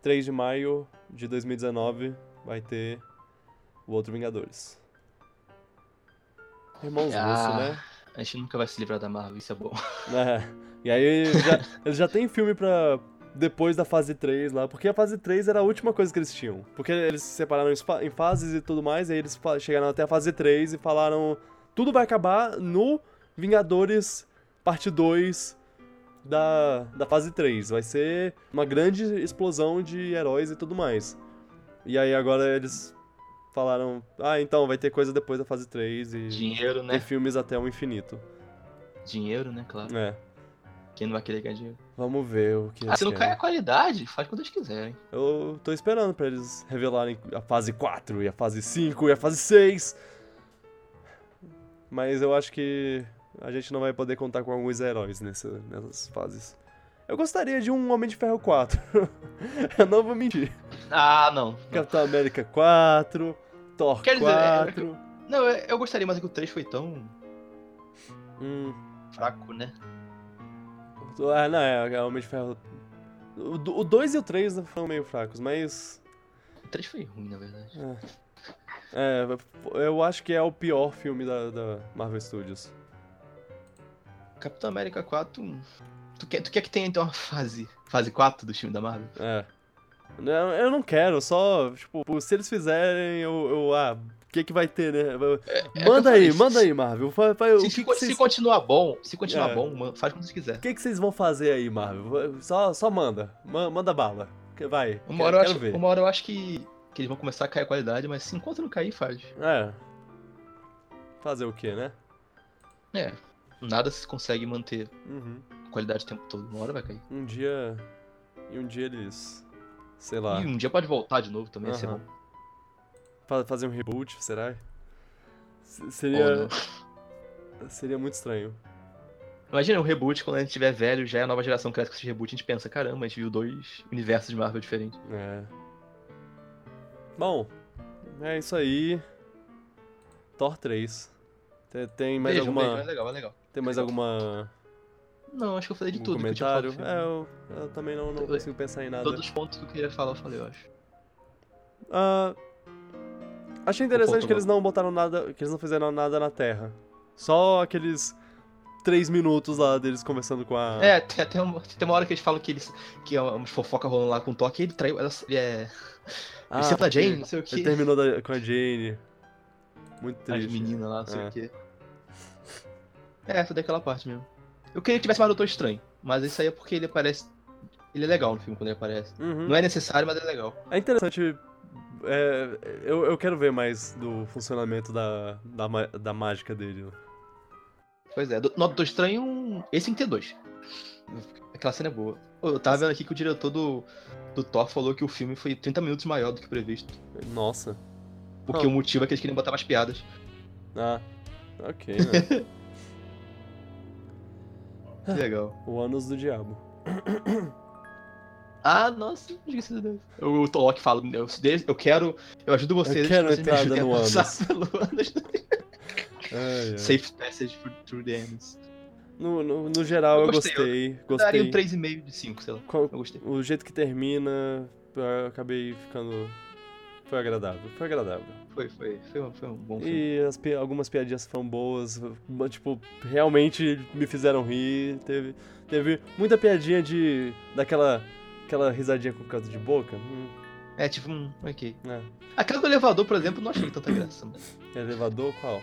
S1: 3 de maio de 2019 vai ter o outro Vingadores. Irmãos
S2: Ah.
S1: russos, né?
S2: A gente nunca vai se livrar da Marvel, isso é bom.
S1: É. E aí ele já, ele já tem filme pra. Depois da fase 3 lá, porque a fase 3 era a última coisa que eles tinham. Porque eles se separaram em fa- em fases e tudo mais, e aí eles fa- chegaram até a fase 3 e falaram: tudo vai acabar no Vingadores, parte 2 da, da fase 3. Vai ser uma grande explosão de heróis e tudo mais. E aí agora eles falaram, ah, então vai ter coisa depois da fase 3 e
S2: Dinheiro,
S1: tem
S2: né?
S1: filmes até o infinito.
S2: Dinheiro, né? Claro.
S1: É.
S2: Quem não vai querer ganhar dinheiro?
S1: Vamos ver o que
S2: Ah,
S1: eles
S2: se não
S1: querem.
S2: cai a qualidade, faz quando eles quiserem.
S1: Eu tô esperando pra eles revelarem a fase 4 e a fase 5 e a fase 6. Mas eu acho que a gente não vai poder contar com alguns heróis nessa, nessas fases. Eu gostaria de um Homem de Ferro 4. <laughs> eu não vou mentir.
S2: Ah, não. Não,
S1: Capitão América 4, Thor
S2: Quer dizer,
S1: 4.
S2: Não, eu, eu gostaria, mas é que o 3 foi tão é.
S1: Hum,
S2: fraco, né?
S1: ah, não, é, é Homem de Ferro. O 2 e o 3 foram meio fracos, mas.
S2: O 3 foi ruim, na verdade.
S1: É, eu acho que é o pior filme da- da Marvel Studios.
S2: Capitão América 4. hum. Tu quer, tu quer que tenha então uma fase. Fase 4 do filme da Marvel?
S1: É. Não, eu não quero, só, tipo, se eles fizerem, eu. eu ah, o que que vai ter, né?
S2: É o que
S1: manda
S2: eu
S1: aí,
S2: falei,
S1: manda
S2: se-
S1: aí, Marvel. Fa- fa- o
S2: Se,
S1: que,
S2: se
S1: que
S2: co- se
S1: vocês,
S2: continuar bom, se continuar
S1: É.
S2: bom, mano, faz quando você quiser.
S1: o que que vocês vão fazer aí, Marvel? Só, só manda. Ma- manda bala. Que- Vai.
S2: Uma
S1: quero,
S2: hora, eu
S1: quero
S2: acho,
S1: ver.
S2: uma hora eu acho que, que eles vão começar a cair a qualidade, mas se enquanto não cair, faz.
S1: É. Fazer o quê, né?
S2: É. Nada se consegue manter
S1: Uhum.
S2: a qualidade o tempo todo. Uma hora vai cair.
S1: Um dia. E um dia eles. Sei lá.
S2: E um dia pode voltar de novo também, ia ser
S1: Aham.
S2: bom.
S1: fa- Fazer um reboot, será? Se-
S2: Ou
S1: Seria.
S2: não.
S1: Seria muito estranho.
S2: Imagina um reboot, quando a gente tiver velho, já é a nova geração cresce com esse reboot, a gente pensa, caramba, a gente viu dois universos de Marvel diferentes.
S1: É. Bom, é isso aí. Thor 3. Tem, tem mais
S2: Vejam,
S1: alguma.
S2: vejam, é legal, é legal.
S1: Tem mais alguma.
S2: Não, acho que eu falei de
S1: algum
S2: tudo. que eu tinha pra
S1: comentário?
S2: falar do
S1: é,
S2: filme.
S1: eu, eu também não, não
S2: Eu-
S1: consigo pensar em nada.
S2: Todos os pontos que eu queria falar, eu falei, eu acho.
S1: Ah, achei interessante
S2: Faltou
S1: que eles não botaram nada. Que eles não fizeram nada na Terra. Só aqueles três minutos lá deles conversando com a.
S2: É, tem, tem, uma, tem uma hora que eles falam que eles. que é uma fofoca rolando lá com o Toque, ele traiu. Ela, ele é.
S1: Ah,
S2: ele senta a Jane, não sei o
S1: Ele
S2: que.
S1: terminou da- com a Jane. Muito
S2: As
S1: triste.
S2: meninas lá, não sei
S1: É.
S2: o que. É, essa daquela parte mesmo. Eu queria que tivesse mais Doutor Estranho, mas isso aí é porque ele aparece. Ele é legal no filme quando ele aparece.
S1: Uhum.
S2: Não é necessário, mas é legal.
S1: É interessante. é, eu, eu quero ver mais do funcionamento da, da, ma- da mágica dele.
S2: Pois é, do- no Doutor Estranho, um- esse tem que ter dois. Aquela cena é boa. Ô, Eu tava vendo aqui que o diretor do, do Thor falou que o filme foi 30 minutos maior do que previsto.
S1: Nossa.
S2: Porque
S1: Ah.
S2: o motivo é que eles queriam botar mais piadas.
S1: Ah, ok, né?
S2: <laughs>
S1: Ah.
S2: Que legal.
S1: o ânus do diabo.
S2: Ah, nossa, esqueci do O, o Tolok fala, eu, eu quero, eu ajudo
S1: Eu
S2: vocês.
S1: quero
S2: vocês me
S1: entrada
S2: ajudem a
S1: no
S2: passar
S1: ânus.
S2: <laughs>
S1: É.
S2: pelo ânus.
S1: Ai, ai.
S2: Safe passage for- through the ânus.
S1: No, no, no geral, eu,
S2: Eu
S1: gostei.
S2: gostei,
S1: Gostei.
S2: Daria um 3,5 de 5, sei lá.
S1: Co-
S2: Eu gostei.
S1: O jeito que termina, eu acabei ficando. Foi agradável. Foi agradável.
S2: Foi, foi, foi, um- foi um bom filme.
S1: E as pi- algumas piadinhas foram boas, mas, tipo, realmente me fizeram rir. Teve, teve muita piadinha de. daquela. aquela risadinha com canto de boca. Hum,
S2: É, tipo, um, ok.
S1: né? é
S2: Aquela do elevador, por exemplo, eu não achei tanta graça. mano.
S1: Elevador qual?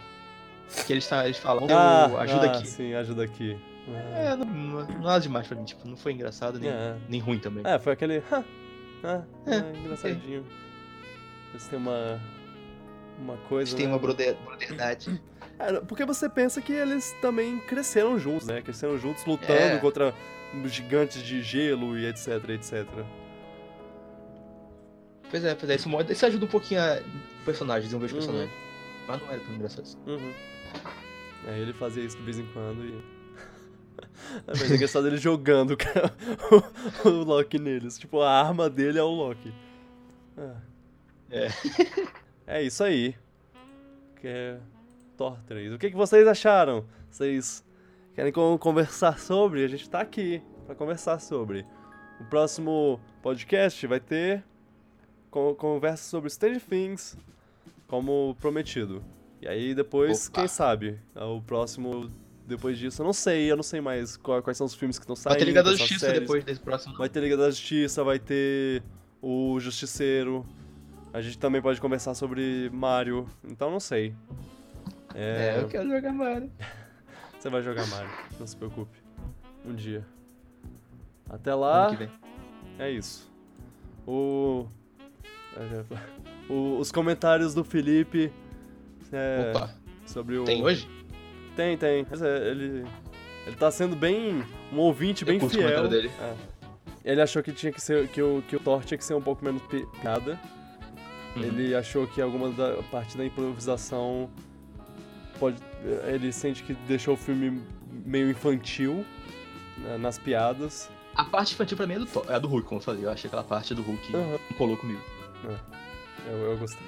S2: Que eles, tá- eles falam, eu ajuda
S1: ah,
S2: aqui.
S1: Sim, ajuda aqui.
S2: É, não, não- nada demais pra mim, tipo, não foi engraçado nem,
S1: É.
S2: nem ruim também.
S1: É, foi aquele. "Ha, ah,
S2: É,
S1: ah, engraçadinho. Eles têm uma. Uma
S2: Eles
S1: coisa.
S2: têm
S1: né?
S2: uma broder- brotherdade.
S1: É, porque você pensa que eles também cresceram juntos, né? Cresceram juntos lutando
S2: É.
S1: contra gigantes de gelo e etc, etc.
S2: pois é, pois é, isso, mo- isso ajuda um pouquinho a o personagem, desenvolver os
S1: Uhum.
S2: personagens. Mas não era tão engraçado assim.
S1: Uhum. É, ele fazia isso de vez em quando e. É, <laughs> mas é engraçado ele jogando o cara- <laughs> o, o Loki neles. Tipo, a arma dele é o Loki. Ah.
S2: É.
S1: <laughs> É isso aí. Que é Thor 3. O que, que vocês acharam? Vocês querem con- conversar sobre? A gente tá aqui pra conversar sobre. O próximo podcast vai ter con- conversa sobre Strange Things, como prometido. E aí depois,
S2: Opa.
S1: quem sabe, é o próximo depois disso, eu não sei, eu não sei mais qual- quais são os filmes que estão saindo.
S2: Vai ter Ligador da
S1: quais são as
S2: Justiça
S1: Tá séries.
S2: depois desse próximo.
S1: Vai ter Liga da Justiça, vai ter o Justiceiro. A gente também pode conversar sobre Mario. Então não sei.
S2: É, eu quero jogar Mario.
S1: Se Você vai jogar Mario, não se preocupe. Um dia. Até
S2: Ano
S1: lá,
S2: que vem.
S1: é isso. O... eu já ia falar. <laughs> O- Os comentários do Felipe é,
S2: Opa,
S1: sobre o...
S2: tem hoje?
S1: Tem, tem. Mas é, ele, ele tá sendo bem. um ouvinte bem
S2: curto o
S1: fiel.
S2: comentário dele.
S1: É. Ele achou que tinha que ser. que o, que o Thor tinha que ser um pouco menos pi- piada.
S2: Uhum.
S1: Ele achou que alguma da parte da improvisação pode. Ele sente que deixou o filme meio infantil né, nas piadas.
S2: A parte infantil pra mim é do Thor, é a do Hulk, como eu falei. Eu achei aquela parte do Hulk
S1: Aham.
S2: não colou comigo.
S1: Eu, eu
S2: <laughs>
S1: gostei.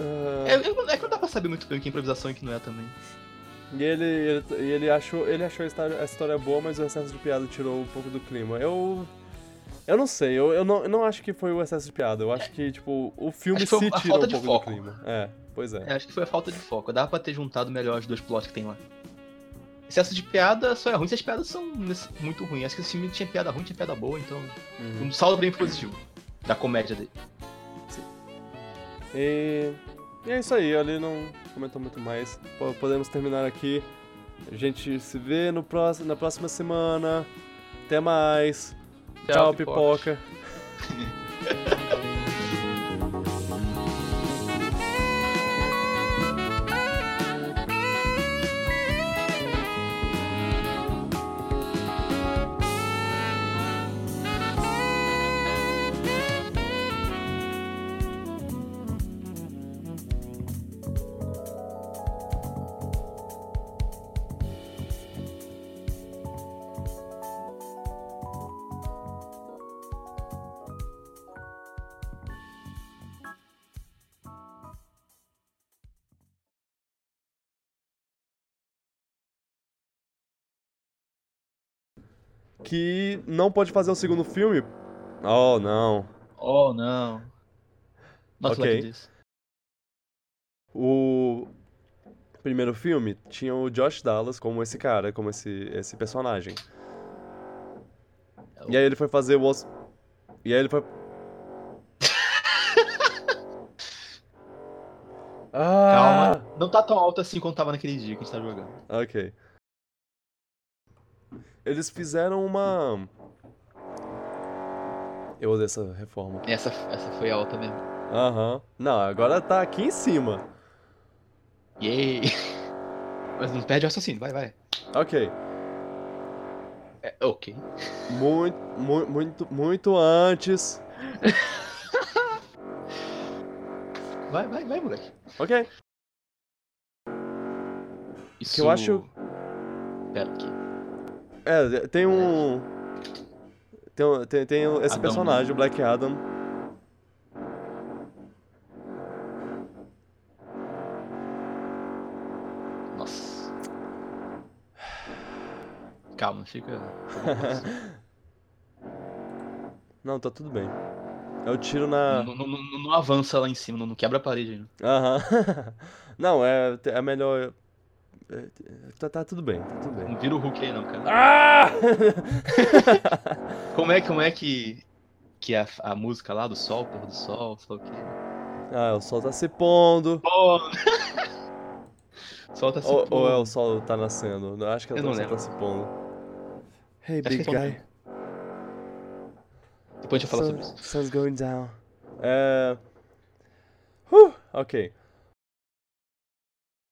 S1: Ah,
S2: É, eu- é que não dá pra saber muito bem o que é improvisação e o que não é também.
S1: E ele, ele, e ele achou, ele achou a história, a história boa, mas o excesso de piada tirou um pouco do clima. Eu. Eu não sei, eu, eu, não, eu não acho que foi o excesso de piada. Eu acho que, tipo, o filme
S2: Acho que foi
S1: se
S2: a
S1: tirou um
S2: falta de
S1: pouco do
S2: foco.
S1: clima. É, pois é.
S2: É, acho que foi a falta de foco. Dava pra ter juntado melhor os dois plots que tem lá. Excesso de piada só é ruim se as piadas são nesse- muito ruins. Acho que esse filme tinha piada ruim, tinha piada boa, então.
S1: Uhum.
S2: Um saldo pra mim foi positivo. Da comédia dele.
S1: E, e é isso aí, ali não comentou muito mais. Po- Podemos terminar aqui. A gente se vê no próximo, na próxima semana. Até mais. Tchau, pipoca. Que não pode fazer o segundo filme. Oh, não.
S2: Oh, não. Not
S1: Ok.
S2: like this.
S1: O primeiro filme tinha o Josh Dallas como esse cara, como esse, esse personagem. E aí ele foi fazer o. Os- E aí ele foi. <laughs> ah!
S2: Calma. Não tá tão alto assim quanto tava naquele dia que a gente tá jogando.
S1: Ok. Eles fizeram uma. Eu odeio essa reforma.
S2: Essa, essa foi alta mesmo.
S1: Aham. Não, agora tá aqui em cima.
S2: Yay! <laughs> Mas não perde o raciocínio, vai, vai.
S1: Ok.
S2: É, ok.
S1: Muito, mu- muito, muito antes.
S2: Vai, vai, vai, moleque.
S1: Ok.
S2: Isso...
S1: eu acho-
S2: Pera aqui.
S1: É, tem um. Tem, um- tem, tem um- esse
S2: Adam.
S1: personagem, o Black Adam.
S2: Nossa. Calma, fica.
S1: Não, tá tudo bem. É o tiro na.
S2: Não, não- não- não avança lá em cima, não, não quebra a parede ainda.
S1: Aham. <laughs> Não, é, é melhor. é, Tá, tá tudo bem, tá tudo bem.
S2: Não vira o Hulk aí não, cara.
S1: Ah!
S2: Como é, como é que. Que a, a música lá do sol, pôr do sol, sei lá o quê.
S1: <laughs> ah, o sol tá se pondo.
S2: Oh! <laughs> Solta
S1: Ou,
S2: pô.
S1: ou é o sol tá nascendo? Eu Acho que é
S2: Eu
S1: o
S2: não
S1: sol tá
S2: lembro.
S1: se pondo. Hey,
S2: Acho
S1: big
S2: que é
S1: guy.
S2: sol- Depois a gente fala sobre isso.
S1: Sun's going down. É. Uh, ok.